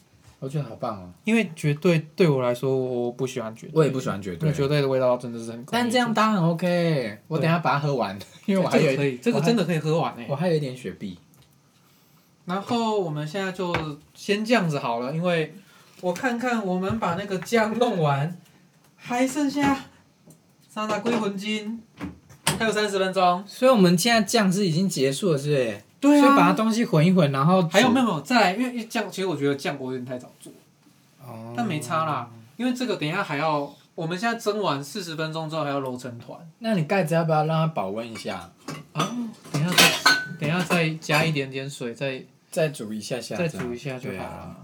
我觉得好棒哦。因为绝对对我来说我不喜欢绝对。我也不喜欢绝那对，绝对的味道真的是很可以。但这样搭很 OK。我等一下把它喝 [laughs] 完，因为我还这有个可以，这个真的可以喝完欸诶、我还有一点雪碧。然后我们现在就先这样子好了，因为我看看我们把那个姜弄完，还剩下三大归魂金，还有三十分钟。所以我们现在酱汁已经结束了，是不是？对所以把它啊，东西混一混，然后还有没有？有再来？因为因为酱，其实我觉得酱我有点太早做，哦但没差。啦，因为这个等一下还要，我们现在蒸完四十分钟之后还要揉成团那你盖子要不要让它保温一下？啊。等一下再，等一下再加一点点水，再再煮一下下，再这样煮一下就好对了。啊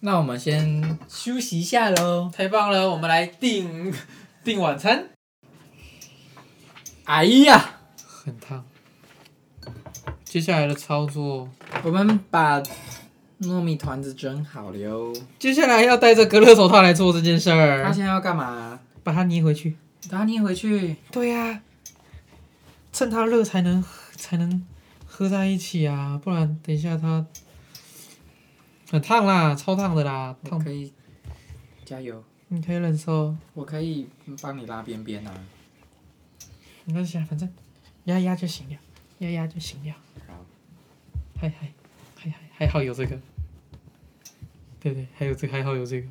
那我们先休息一下喽。太棒了，我们来订订晚餐。哎呀！很烫。接下来的操作，我们把糯米团子蒸好了哟。接下来要戴着隔热手套来做这件事他儿，现在要干嘛？把它捏回去。把它捏回去。对呀、趁它热才能才能喝在一起啊，不然等一下它很烫啦，超烫的啦，我烫可以，加油！你可以忍受。我可以帮你拉边边啊。没关系啊，反正压压就行了，压压就行了。好，还还还还还好有这个，对对，还有这个还好有这个，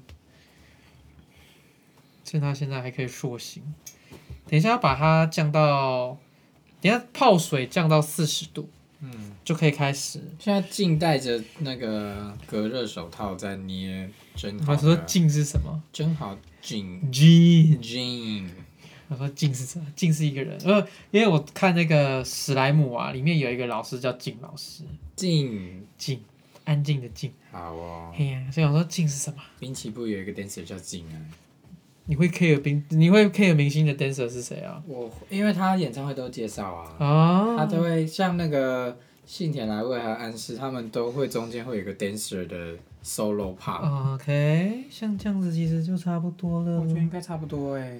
趁他现在还可以塑形，等一下要把它降到，等一下泡水降到四十度嗯，就可以开始。现在静戴着那个隔热手套在捏真好我说的，嗯净是什么？真好静净。静，我说净是什么？净是一个人。呃，因为我看那个史莱姆啊，里面有一个老师叫静老师，静，静，安静的静。好哦。嘿呀、所以我说静是什么？滨崎步有一个 dancer 叫静啊，你会 care 明，你会 care 明星的 dancer 是谁啊？我因为他演唱会都介绍啊，啊，他都会像那个信田来未还有安室，他们都会中间会有一个 dancer 的 solo part，、哦 OK，像这样子其实就差不多了。我觉得应该差不多哎。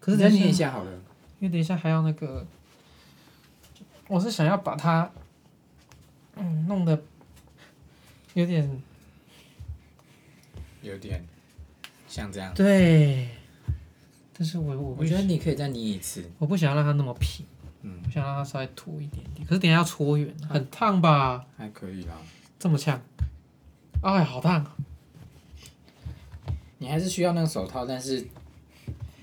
可是你再等念一一下，下好了。因为等一下还要那个，我是想要把它，嗯，弄得有点有点像这样，对，但是我我我会觉得你可以再捏一次。我不想要让它那么平，嗯，我想让它稍微凸一点点。可是等一下要搓圆，很烫吧？啊还可以啦。这么呛，哎，好烫！你还是需要那个手套，但是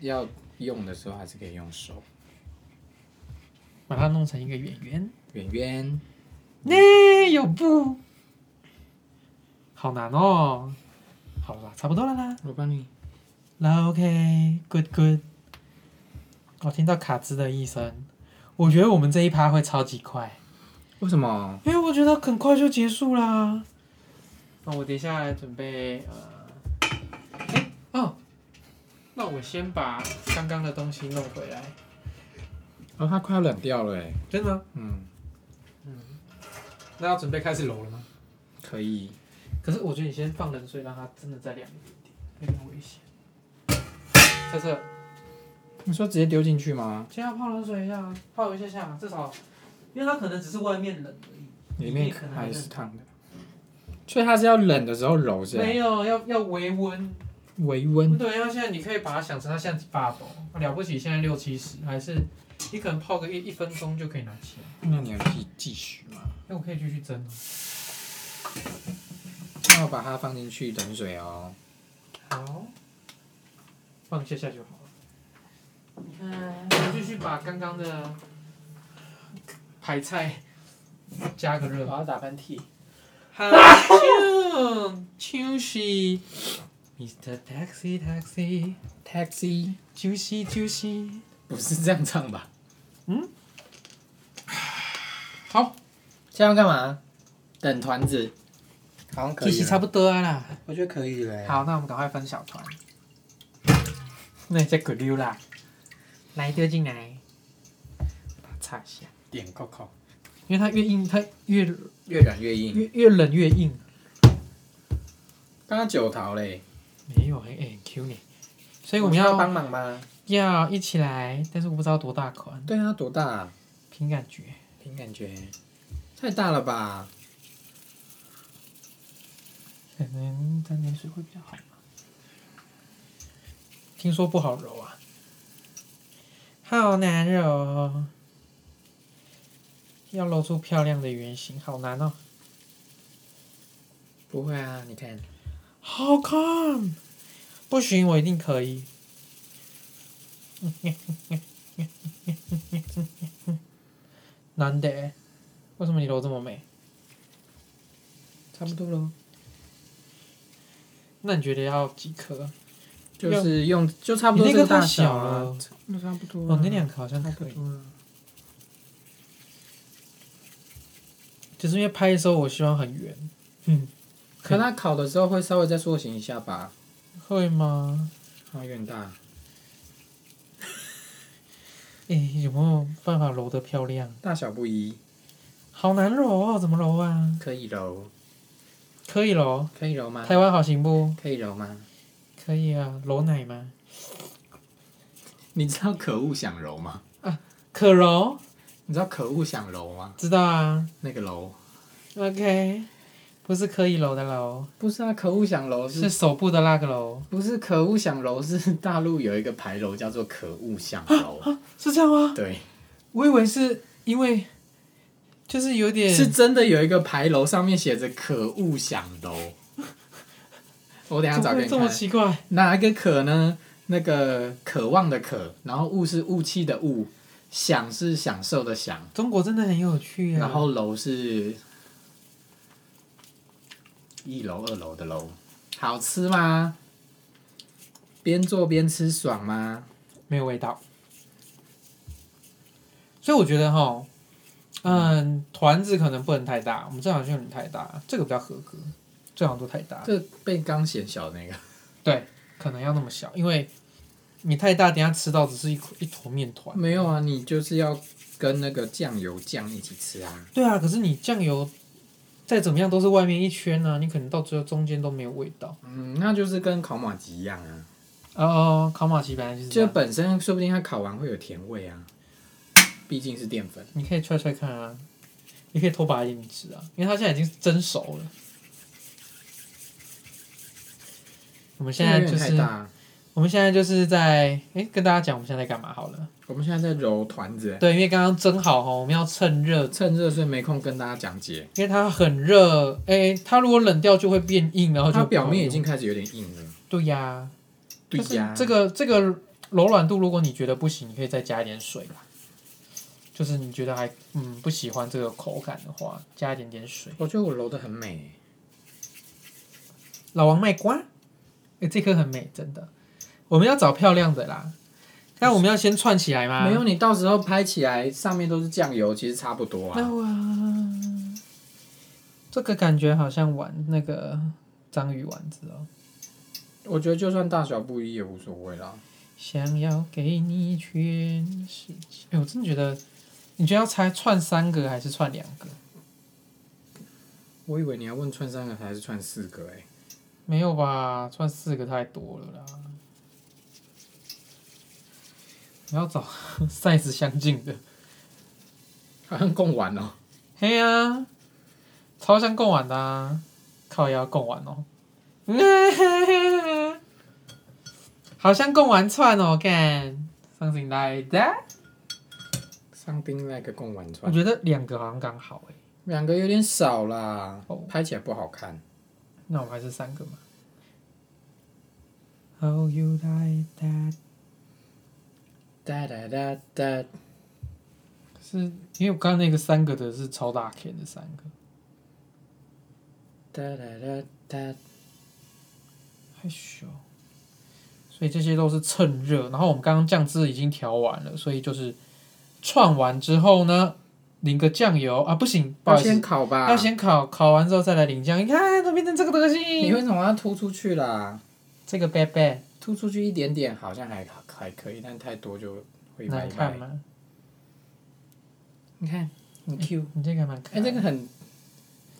要用的时候还是可以用手。把它弄成一个圆圆。圆圆，那、有布，好难哦。好了啦，差不多了啦。我帮你。那 OK，good、good。我听到卡兹的一声，我觉得我们这一趴会超级快，为什么？因为哎我觉得很快就结束啦。那我等一下来准备呃，哎、哦，那我先把刚刚的东西弄回来，哦，它快要冷掉了哎。真的？嗯，那要准备开始揉了吗？可以。可是我觉得你先放冷水，让它真的再凉一点点，有点危险。啊测测，你说直接丢进去吗？先要泡冷水一下，泡一下下，至少，因为它可能只是外面冷而已。里里面面还还是是烫的，所以它是要冷的时候揉是吧？没有，要要微温。微温。啊对，要现在你可以把它想成它现在几把抖，了不起现在六七十，还是你可能泡个一一分钟就可以拿起来。那你要继继续吗？那我可以继续蒸哦。那我把它放进去冷水哦。好，放下下就好了。你看，我继续把刚刚的排菜加个热。要打喷嚏。好像就是 Mr. Taxi Taxi Taxi 就是就是。不是这样唱吧？嗯。好，现在要干嘛？等团子。好像其实差不多啊啦。我觉得可以了。，好，那我们赶快分小团。那你再滚溜啦，来丢进来，把它擦一下，点 Coco，因为它越硬，它越越软越硬。越越冷越硬。刚刚九桃嘞，没有，很、欸、很 Q 呢。所以我们需要帮忙吗？要一起来，但是我不知道多大款，对啊，多大、啊？凭感觉。凭感觉。太大了吧？可能沾点水会比较好吧。听说不好揉啊，好难揉哦，要揉出漂亮的圆形，好难哦。不会啊，你看，好看，不行，我一定可以。 [laughs] 难得欸，为什么你揉这么美？差不多喽。那你觉得要几啊颗？就是用，就差不多你这那个大太小小啊了，那差不多啊。哦，那两颗好像差还不可以。多啊。就是因为拍的时候我希望很圆，嗯，可它烤的时候会稍微再塑形一下吧，会吗？它哦有点大。哎、有没有办法揉得漂亮？大小不一，好难揉哦，怎么揉啊？可以揉，可以揉，可以揉吗？台湾好行不？可以揉吗？可以啊，揉奶吗？你知道可恶想揉吗？可揉，你知道可恶想揉吗？知道啊。那个揉 OK，不是可以揉的揉，不是啊，可恶想揉是手部的那个揉，不是可恶想揉是大陆有一个牌楼叫做可恶想 [laughs] 揉，是这样吗？对，我以为是因为，就是有点是真的有一个牌楼上面写着可恶 [laughs] 想揉。我等一下怎找么给会你这么看，奇怪？哪一个可呢？那个渴望的渴，然后雾是雾气的雾，享是享受的享，中国真的很有趣啊。然后楼是一楼二楼的楼。好吃吗？边做边吃爽吗？没有味道。所以我觉得哈，嗯，团子可能不能太大，我们这场就有点太大，这个比较合格，这场都太大，这被刚显小的那个。 [laughs] 对，可能要那么小，因为你太大，等一下吃到只是一口一坨面团。没有啊，你就是要跟那个酱油酱一起吃啊。对啊，可是你酱油再怎么样都是外面一圈啊呢、你可能到最后中间都没有味道。嗯，那就是跟烤马吉一样啊，哦哦，烤马奇本来就是这就样，本身说不定它烤完会有甜味啊，毕竟是淀粉。你可以踹踹看啊，你可以偷把它给你吃啊，因为它现在已经是蒸熟了。我们现在这就个有点太是大啊我们现在就是在哎、跟大家讲我们现在在干嘛好了。我们现在在揉团子，欸对，因为刚刚蒸好哦，我们要趁热，趁热所以没空跟大家讲解。因为它很热，哎、它如果冷掉就会变硬，然后就它表面已不好经开始有点硬了。用对呀、对呀但，是这个这个柔软度，如果你觉得不行，你可以再加一点水吧。就是你觉得还嗯不喜欢这个口感的话，加一点点水。我觉得我揉的很美。欸老王卖瓜，哎、这颗很美，真的。我们要找漂亮的啦，但我们要先串起来吗？没有，你到时候拍起来上面都是酱油，其实差不多那啊。我这个感觉好像玩那个章鱼丸子哦。我觉得就算大小不一也无所谓啦。想要给你全世界，哎、我真的觉得，你觉得要拆串三个还是串两个？我以为你要问串三个还是串四个哎、没有吧，串四个太多了啦。我要找 [laughs] size 相近的。好像贡丸哦。嘿呀、超像贡丸的、啊，靠腰贡丸哦，好像贡丸串哦，干，something like that。上丁那个贡丸我串，觉得两个好像刚好欸诶，两个有点少啦哦，拍起来不好看。那我们还是三个嘛。How you like that？哒哒哒哒，可是因为我刚刚那个三个的是超大 K 的三个，哒哒哒哒，害羞。所以这些都是趁热，然后我们刚刚酱汁已经调完了，所以就是串完之后呢，淋个酱油啊，不行，不要好意思，先烤吧要。先烤，烤完之后再来淋酱。你看，它变成这个德啊你行。为什么要突出去啦？这个贝贝突出去一点点好像还还可以，但太多就会拜难看拜。吗？你看，很 Q。你这个还蛮可哎，爱，这个很，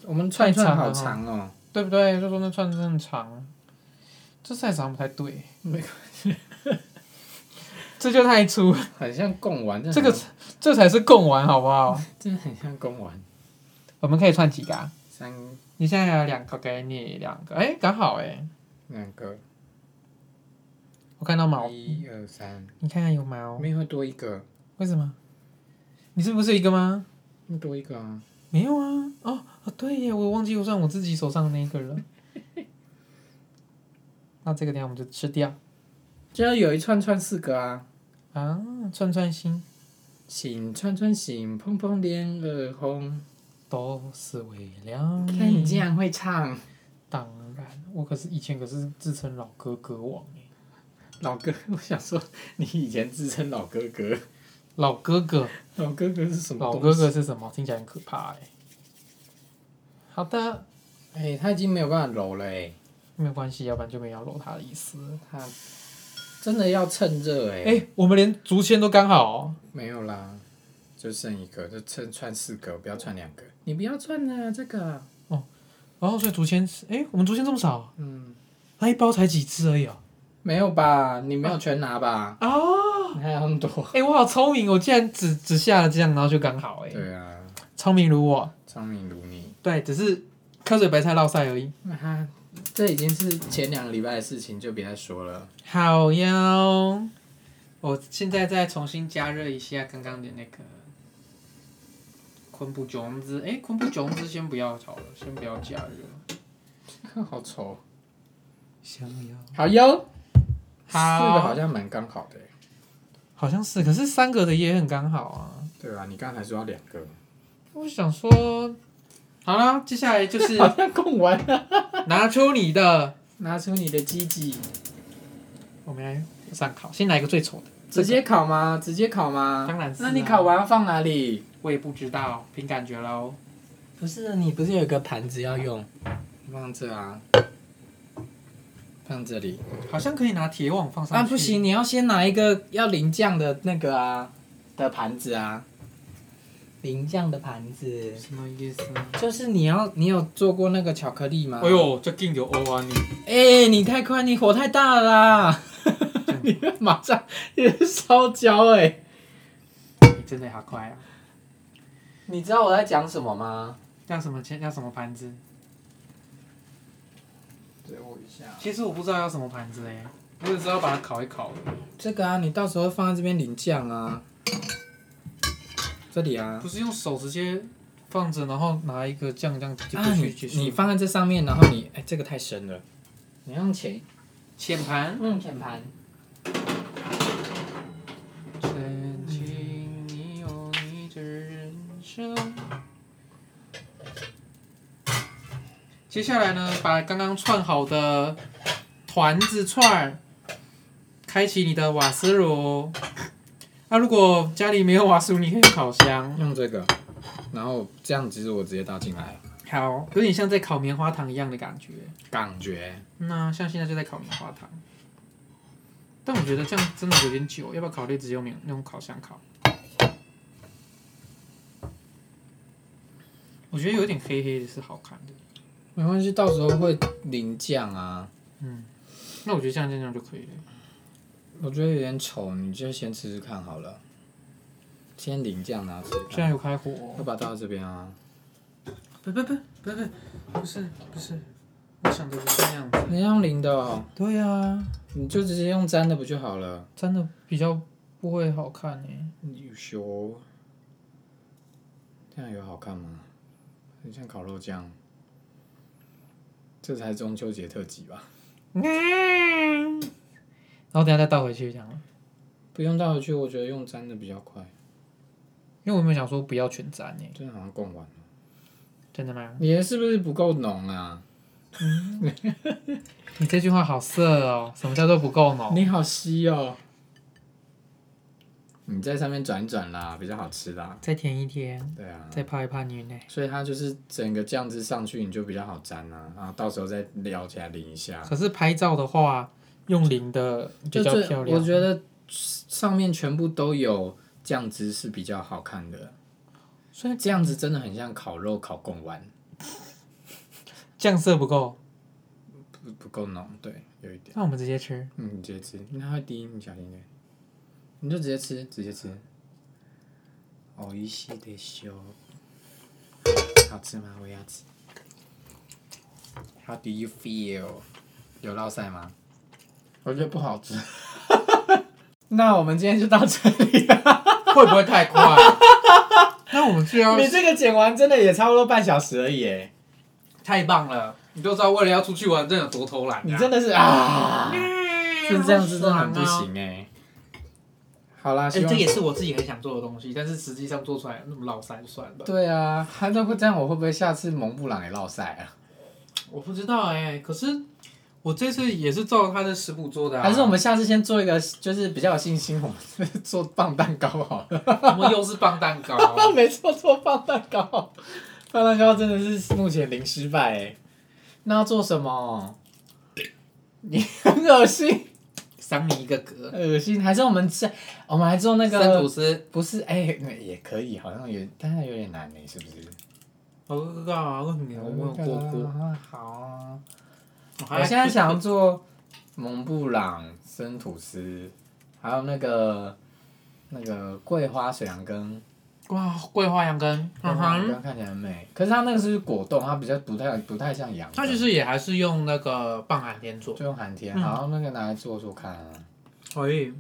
我们串太串长了好哦长哦。对不对？就说那串真的长，这 size 好像不太 [laughs] 对，没关系，这就太粗，哦很像贡丸，但这个很这才是贡丸，好不好？真的很像贡丸。我们可以串几个、啊？三你现在还有两个，给你两个，哎，刚好哎，两个，我看到毛，一二三，你看看有毛，没有多一个，为什么？你是不是一个吗？多一个啊。没有啊，哦哦，对耶，我忘记我算我自己手上的那 [laughs] 个了。那这个等一下我们就吃掉就要有一串串四个啊。啊，串串心醒串串醒，砰砰脸耳红。都是为了看你竟然会唱当然，我可是以前可是自称老哥哥王耶老哥，我想说你以前自称老哥哥，老哥哥，老哥哥是什么老东哥西？哥是什么？听起来很可怕哎。好的，哎、他已经没有办法揉了哎、没有关系，要不然就没有搂他的意思了。他真的要趁热哎、哎、我们连竹签都刚好、哦，没有啦，就剩一个，就趁串四个，不要串两个。你不要串了这个，然、后所以竹签是，哎、我们竹签这么少，嗯，那一包才几只而已哦。没有吧？你没有全拿吧？哦。你还有很多。哎、我好聪明，我竟然只只下了这样，然后就刚好哎、对啊，聪明如我。聪明如你。对，只是科水白菜烙赛而已。那、他这已经是前两个礼拜的事情，就别再说了。好哟，我现在再重新加热一下刚刚的那个昆布种子。哎、昆布种子先不要炒了，先不要加热。 [laughs] 好丑。想要好哟，四个好好，像蛮刚好的欸、好像是，可是三个的也很刚好啊。对啊，你刚才说要两个，我想说，好啦，接下来就 [laughs] 是像供完了。拿出你的，拿出你的鸡鸡，我们来上考，先来一个最丑的，直接烤吗？直接烤吗？当然是啊那你烤完要放哪里？我也不知道，凭感觉喽。不是，你不是有个盘子要用？放这啊，放这里。好像可以拿铁网放上啊去。啊，不行，你要先拿一个要淋酱的那个啊的盘子啊，淋酱的盘子，什么意思？就是你要你有做过那个巧克力吗？哎，呦，这劲有欧啊你！哎、你太快，你火太大了 [laughs] 啦，你会马上也是烧焦哎、你真的好快啊！你知道我在讲什么吗？要什么切？要什么盘子？给我一下，其实我不知道要什么盘子哎、我只知道把它烤一烤。这个啊，你到时候放在这边淋酱啊，这里啊不。是用手直接放着，然后拿一个酱这样就啊，过你去结束。你放在这上面，然后你哎、这个太深了，你要用浅浅盘，嗯，浅盘。曾经你有你的人生。接下来呢，把刚刚串好的团子串儿，开启你的瓦斯炉。那、如果家里没有瓦斯炉，你可以用烤箱。用这个，然后这样其实我直接倒进来了，好，有点像在烤棉花糖一样的感觉。感觉。那像现在就在烤棉花糖，但我觉得这样真的有点久，要不要考虑直接用棉用烤箱烤？我觉得有点黑黑的是好看的，没关系，到时候会淋酱啊。那我觉得这样这样就可以了。我觉得有点丑，你就先吃吃看好了。先淋酱，然后吃吃现看。在有开火哦、要把它倒到这边啊。不不不不不，不是不是，我想的不是那样子。你要用淋的哦，对呀、啊，你就直接用沾的不就好了？真的比较不会好看欸诶、有修，这样有好看吗？很像烤肉酱。这才中秋节特辑吧？嗯然后等一下再倒回去这样吗，不用倒回去，我觉得用沾的比较快。因为我没有想说不要全粘诶、真的好像供完了。真的吗？你的是不是不够浓啊？你这句话好色哦！什么叫做不够浓？你好稀哦。你在上面转一转啦，比较好吃啦。再填一填，对啊，再泡一泡牛奶。所以它就是整个酱汁上去，你就比较好沾啊，然后到时候再撩起来淋一下，可是拍照的话，用零的比就较最漂我亮。觉得上面全部都有酱汁是比较好看的，所以这样子真的很像烤肉烤贡丸，酱色不够，不不够浓，对，有一点。那我们直接吃。嗯，你直接吃，那它会滴，你小心一点，你就直接吃，直接吃。哦，一系的修，好吃吗？我也要吃。How do you feel？有落塞吗？我觉得不好吃。 [laughs] 那我们今天就到这里了。 [laughs] 会不会太快？ [laughs] 那我们就要你这个剪完真的也差不多半小时而已耶，太棒了！你都知道为了要出去玩，真的有多偷懒、啊。你真的是啊，是这样子真的很好不爽啊。行哎。好啦，哎、希望这也是我自己很想做的东西，但是实际上做出来那么老塞就算了。对啊，他都会这样，我会不会下次蒙布朗也落赛啊？我不知道哎、可是我这次也是照他的食谱做的、啊。还是我们下次先做一个，就是比较有信心，我们做棒蛋糕好 [laughs] 了。我们又是棒蛋糕？啊哦没错，做棒蛋糕，棒蛋糕真的是目前零失败哎。那要做什么？你很恶心，赏你一个格。恶心！还是我们吃，我们还做那生吐个？司，不是，哎、那也可以，好像有，但是有点难呢，是不是？我不知道啊，为什么我没有过锅？啊好啊。我还我现在想要做蒙布朗生吐司，还有那个那个桂花水杨根，哇，桂花羊羹，桂嗯花羊哼，根看起来很美。可是它那个是果冻，它比较不太不太像羊。它其实也还是用那个棒寒天做，就用寒天，嗯然后那个拿来做做看啊。可以。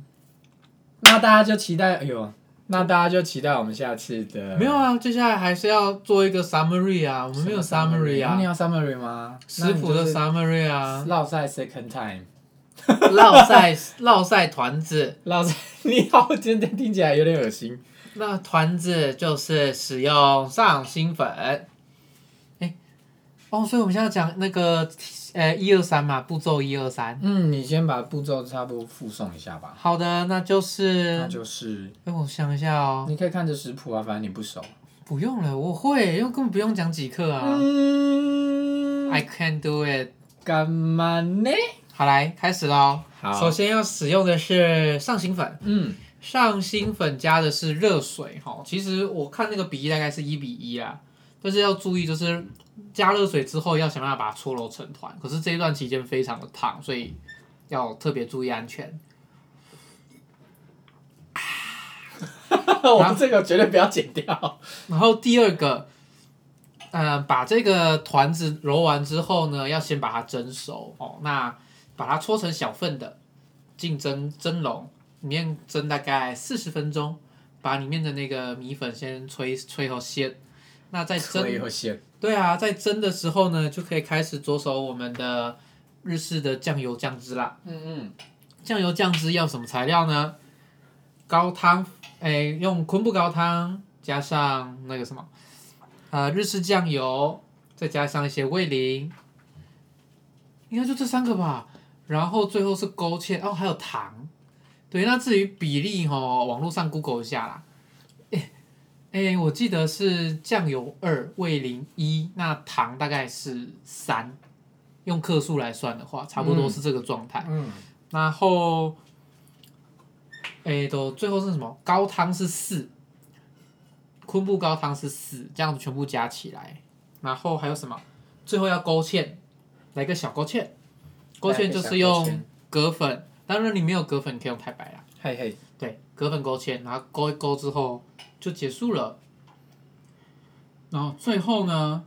那大家就期待，哎呦，那大家就期待我们下次的没有啊，接下来还是要做一个 summary 啊，我什么们没有 summary 那你啊，要 summary 吗？食谱的 summary 啊，绕赛 second time。烙 [laughs] 晒烙晒团子，老师， [laughs] 你好，真的听起来有点恶心。那团子就是使用上新粉。哎，哦，所以我们现在讲那个呃一二三嘛，步骤一二三。嗯，你先把步骤差不多附送一下吧。好的，那就是那，就是哎，我想一下哦，你可以看着食谱啊，反正你不熟。不用了，我会，因为根本不用讲几克啊。嗯， I can do it。干嘛呢？好，来开始喽。首，先要使用的是上新粉，嗯，上新粉加的是热水哈，其实我看那个比例大概是一比一啦，但是要注意就是加热水之后要想办法把它搓揉成团，可是这一段期间非常的烫，所以要特别注意安全。 [laughs] 我这个绝对不要剪 [laughs] 掉。然后第二个，呃，把这个团子揉完之后呢，要先把它蒸熟哦，那把它搓成小份的，进蒸蒸笼，里面蒸大概四十分钟，把里面的那个米粉先吹吹和鲜。那在蒸以后先，对啊，在蒸的时候呢，就可以开始着手我们的日式的酱油酱汁啦。嗯酱油酱汁要什么材料呢？高汤，哎，用昆布高汤加上那个什么，呃，日式酱油，再加上一些味淋，应该就这三个吧。然后最后是勾芡，哦，还有糖。对，那至于比例哦，网络上 Google 一下啦。哎，哎我记得是酱油二，味淋一，那糖大概是三。用克数来算的话，差不多是这个状态。嗯然后，诶，都最后是什么？高汤是四，昆布高汤是四，这样子全部加起来。然后还有什么？最后要勾芡，来个小勾芡。勾芡就来个是小勾芡用葛粉，当然你没有葛粉，你可以用太白啦。嗯，嘿嘿，对，葛粉勾芡，然后勾一勾之后就结束了。然后最后呢？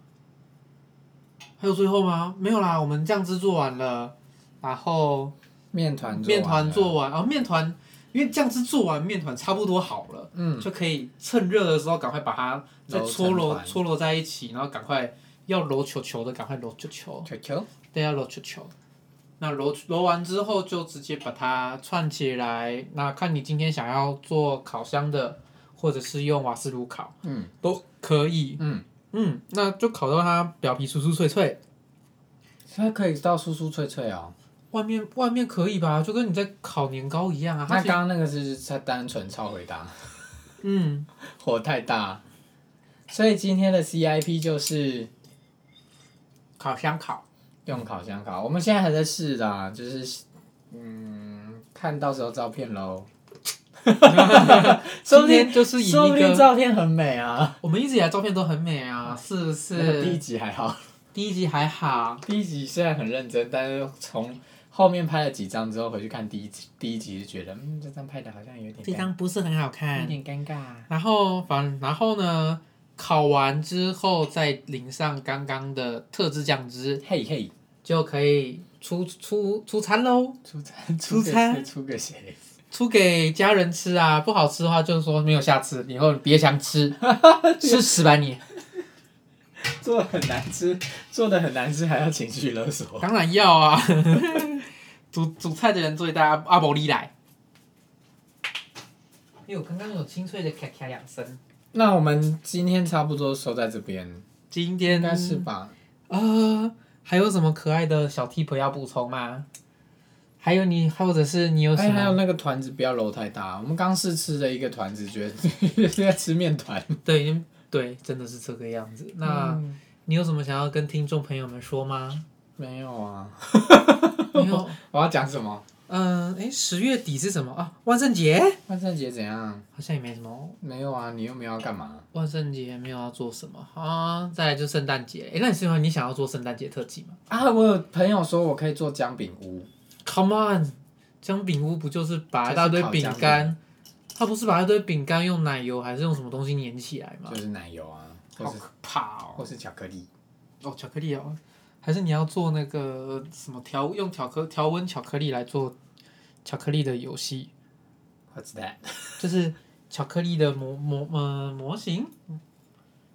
还有最后吗？没有啦，我们酱汁做完了，然后面团完了面团做，完，然啊后面团因为酱汁做完，面团差不多好了，嗯，就可以趁热的时候赶快把它再揉搓成揉团搓揉在一起，然后赶快要揉球球的赶快揉球球，球球，对，要揉球球。那揉揉完之后就直接把它串起来，那看你今天想要做烤箱的，或者是用瓦斯炉烤嗯都可以。嗯，嗯，那就烤到它表皮酥酥脆脆，它可以到酥酥脆脆哦。外面外面可以吧？就跟你在烤年糕一样啊。它那其实刚刚那个是它单纯超回答，嗯， [laughs] 火太大，所以今天的 CIP 就是烤箱烤。用烤箱烤。我们现在还在试啦，就是嗯，看到时候照片 [laughs] 喽。说不定今天就是以说一不定个，照片很美啊。我们一直以来照片都很美啊，是不那个第一是？集还好，第一集还好，第一集虽然很认真，但是从后面拍了几张之后回去看第一集，第一集就觉得，嗯，这张拍的好像有点这尴，张不是很好有看。点尴尬。然后反然后呢，烤完之后再淋上刚刚的特制酱汁，嘿嘿，就可以出出出餐喽，出餐 [laughs] 出给餐谁 [laughs] 出给谁？出给家人吃啊。不好吃的话就说没有下次，以后别想 [laughs] 吃，吃死吧你。做的很难吃，做的很难吃还要情绪勒索。当然要啊， [laughs] 煮煮菜的人最大，阿伯利来。因为我刚刚有清脆的咔咔两声，那我们今天差不多收在这边，今天应该是吧？呃，还有什么可爱的小 tip 要补充吗？还有你，或者是你有什哎，还有么？那个团子不要揉太大。我们刚试吃的一个团子，觉得 [laughs] 在吃面团。对对，真的是这个样子。那、嗯你有什么想要跟听众朋友们说吗？没有啊，没有。我要讲什 [laughs] 么？嗯、哎，十月底是什么啊？万圣节？万圣节怎样？好像也没什么。没有啊，你又没有要干嘛？万圣节没有要做什么啊？再来就圣诞节。哎、那你是说你想要做圣诞节特辑吗啊，我有朋友说我可以做姜饼屋， ？Come on，姜饼屋不就是把一大堆饼就是烤姜干，他不是把一堆饼干用奶油还是用什么东西粘起来吗就？是奶油啊，或好是可怕哦！或是巧克力。哦，巧克力哦，还是你要做那个什么调用巧克调温巧克力来做巧克力的游戏， What's that？就是巧克力的模模呃模型，嗯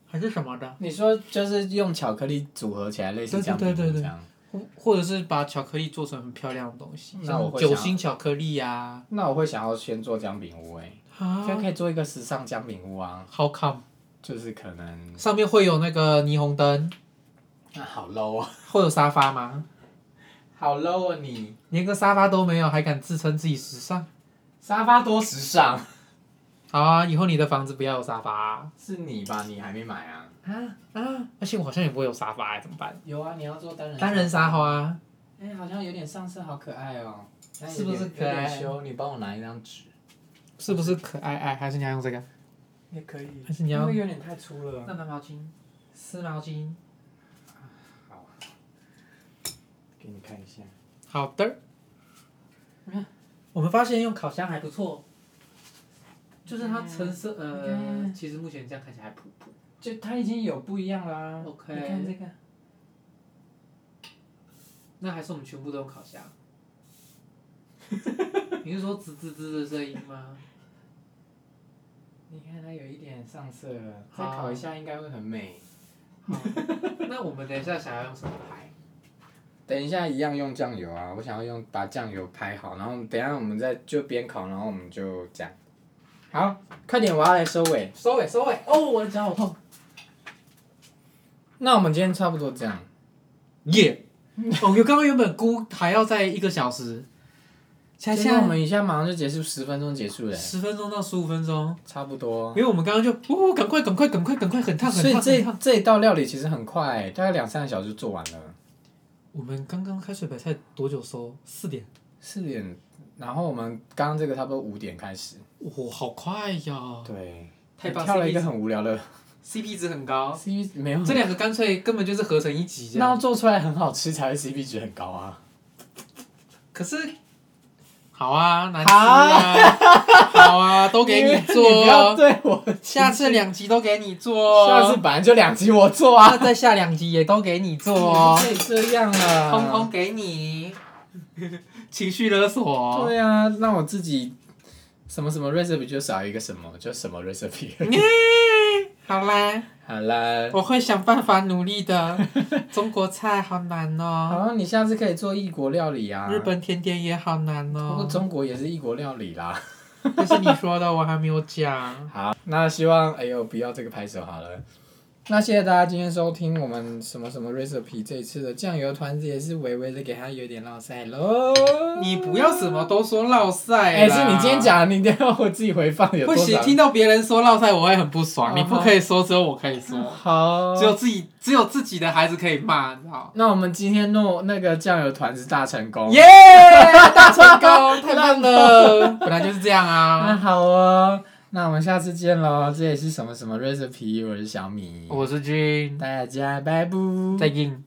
还是什么的？你说就是用巧克力组合起来，类似对对姜饼对屋对这样。或或者是把巧克力做成很漂亮的东西，那我像会酒想心巧克力啊呀、那我会想要先做姜饼屋哎、啊现在可以做一个时尚姜饼屋啊，好 come，就是可能上面会有那个霓虹灯，啊好 low 啊，会有沙发吗？好 low 啊你，连个沙发都没有，还敢自称自己时尚？沙发多时尚，好啊，以后你的房子不要有沙发啊是你吧？你还没买啊？啊！啊而且我好像也不会有沙发、欸，怎么办？有啊，你要做单人单人沙发、，啊，哎、好像有点上色，好可爱哦、但是不是有点可爱有点羞，你帮我拿一张纸，是不是可爱爱？还是你要用这个？也可以还是你要因为有点太粗了。拿毛巾，湿毛巾。好，给你看一下。好的。我们发现用烤箱还不错，哦就是它橙色，呃，嗯其实目前这样看起来还普普。就它已经有不一样啦。 OK 你看这个，那还是我们全部都用烤箱。 [laughs] 你是说吱吱吱的声音吗？你看它有一点上色了，再好烤一下应该会很美。好，那我们等一下想要用什么牌？等一下一样用酱油啊，我想要用把酱油拍好，然后等一下我们再就边烤，然后我们就这样。好，快点，我要来收尾。收尾，收尾。哦，我的脚好痛。那我们今天差不多这样。耶、哦，我刚刚原本估还要在一个小时，现在现在我现们一下马上就结束，十分钟结束了在欸，十分钟到十五分钟，差不多因。为我们刚刚就哦，赶快赶快赶快赶快，很烫所很以烫很这烫。这一道料理其实很快、欸大概两三个小时就做完了。我们刚刚开水白菜多久收？四点。四点，然后我们刚刚这个差不多五点开始。哇、好快呀！对，太棒跳了一个，CP 很无聊的 CP 值很高， CP 没有这两个干脆根本就是合成一集这那要样。做出来很好吃才会 CP 值很高啊。可是，好啊，难吃啊，好啊，都给你做你不要哦，对我，下次两集都给你做哦，下次本来就两集我做那啊。再下两集也都给你做 [laughs] 哦，你不可以这样啊。通通给你，情绪勒索。对啊，那我自己什么什么 recipe 就少一个什么，就什么 recipe。 [laughs] [laughs] 好啦，好啦，我会想办法努力的。中国菜好难哦，好，你下次可以做异国料理啊。日本甜点也好难不过哦。中国也是异国料理啦。这是你说的，我还没有 [laughs] 讲。好，那希望哎呦不要这个拍手好了。那谢谢大家今天收听我们什么什么 recipe 这一次的酱油团子也是微微的给它有点落塞喽。你不要什么都说落哎、赛啦。是你今天讲的，你一定要我自己回放有不多行，少？听到别人说落赛，我会很不爽。哦你不可以说，只有我可以嗯说，好，只有自己只有自己的孩子可以骂，你知道吗？那我们今天弄那个酱油团子大成功。 [laughs] 耶，大成功，太棒了！嗯本来就是这样那啊。好哦，那我们下次见喽。这也是什么什么 recipe，我是小米，我是君，大家拜拜。再见。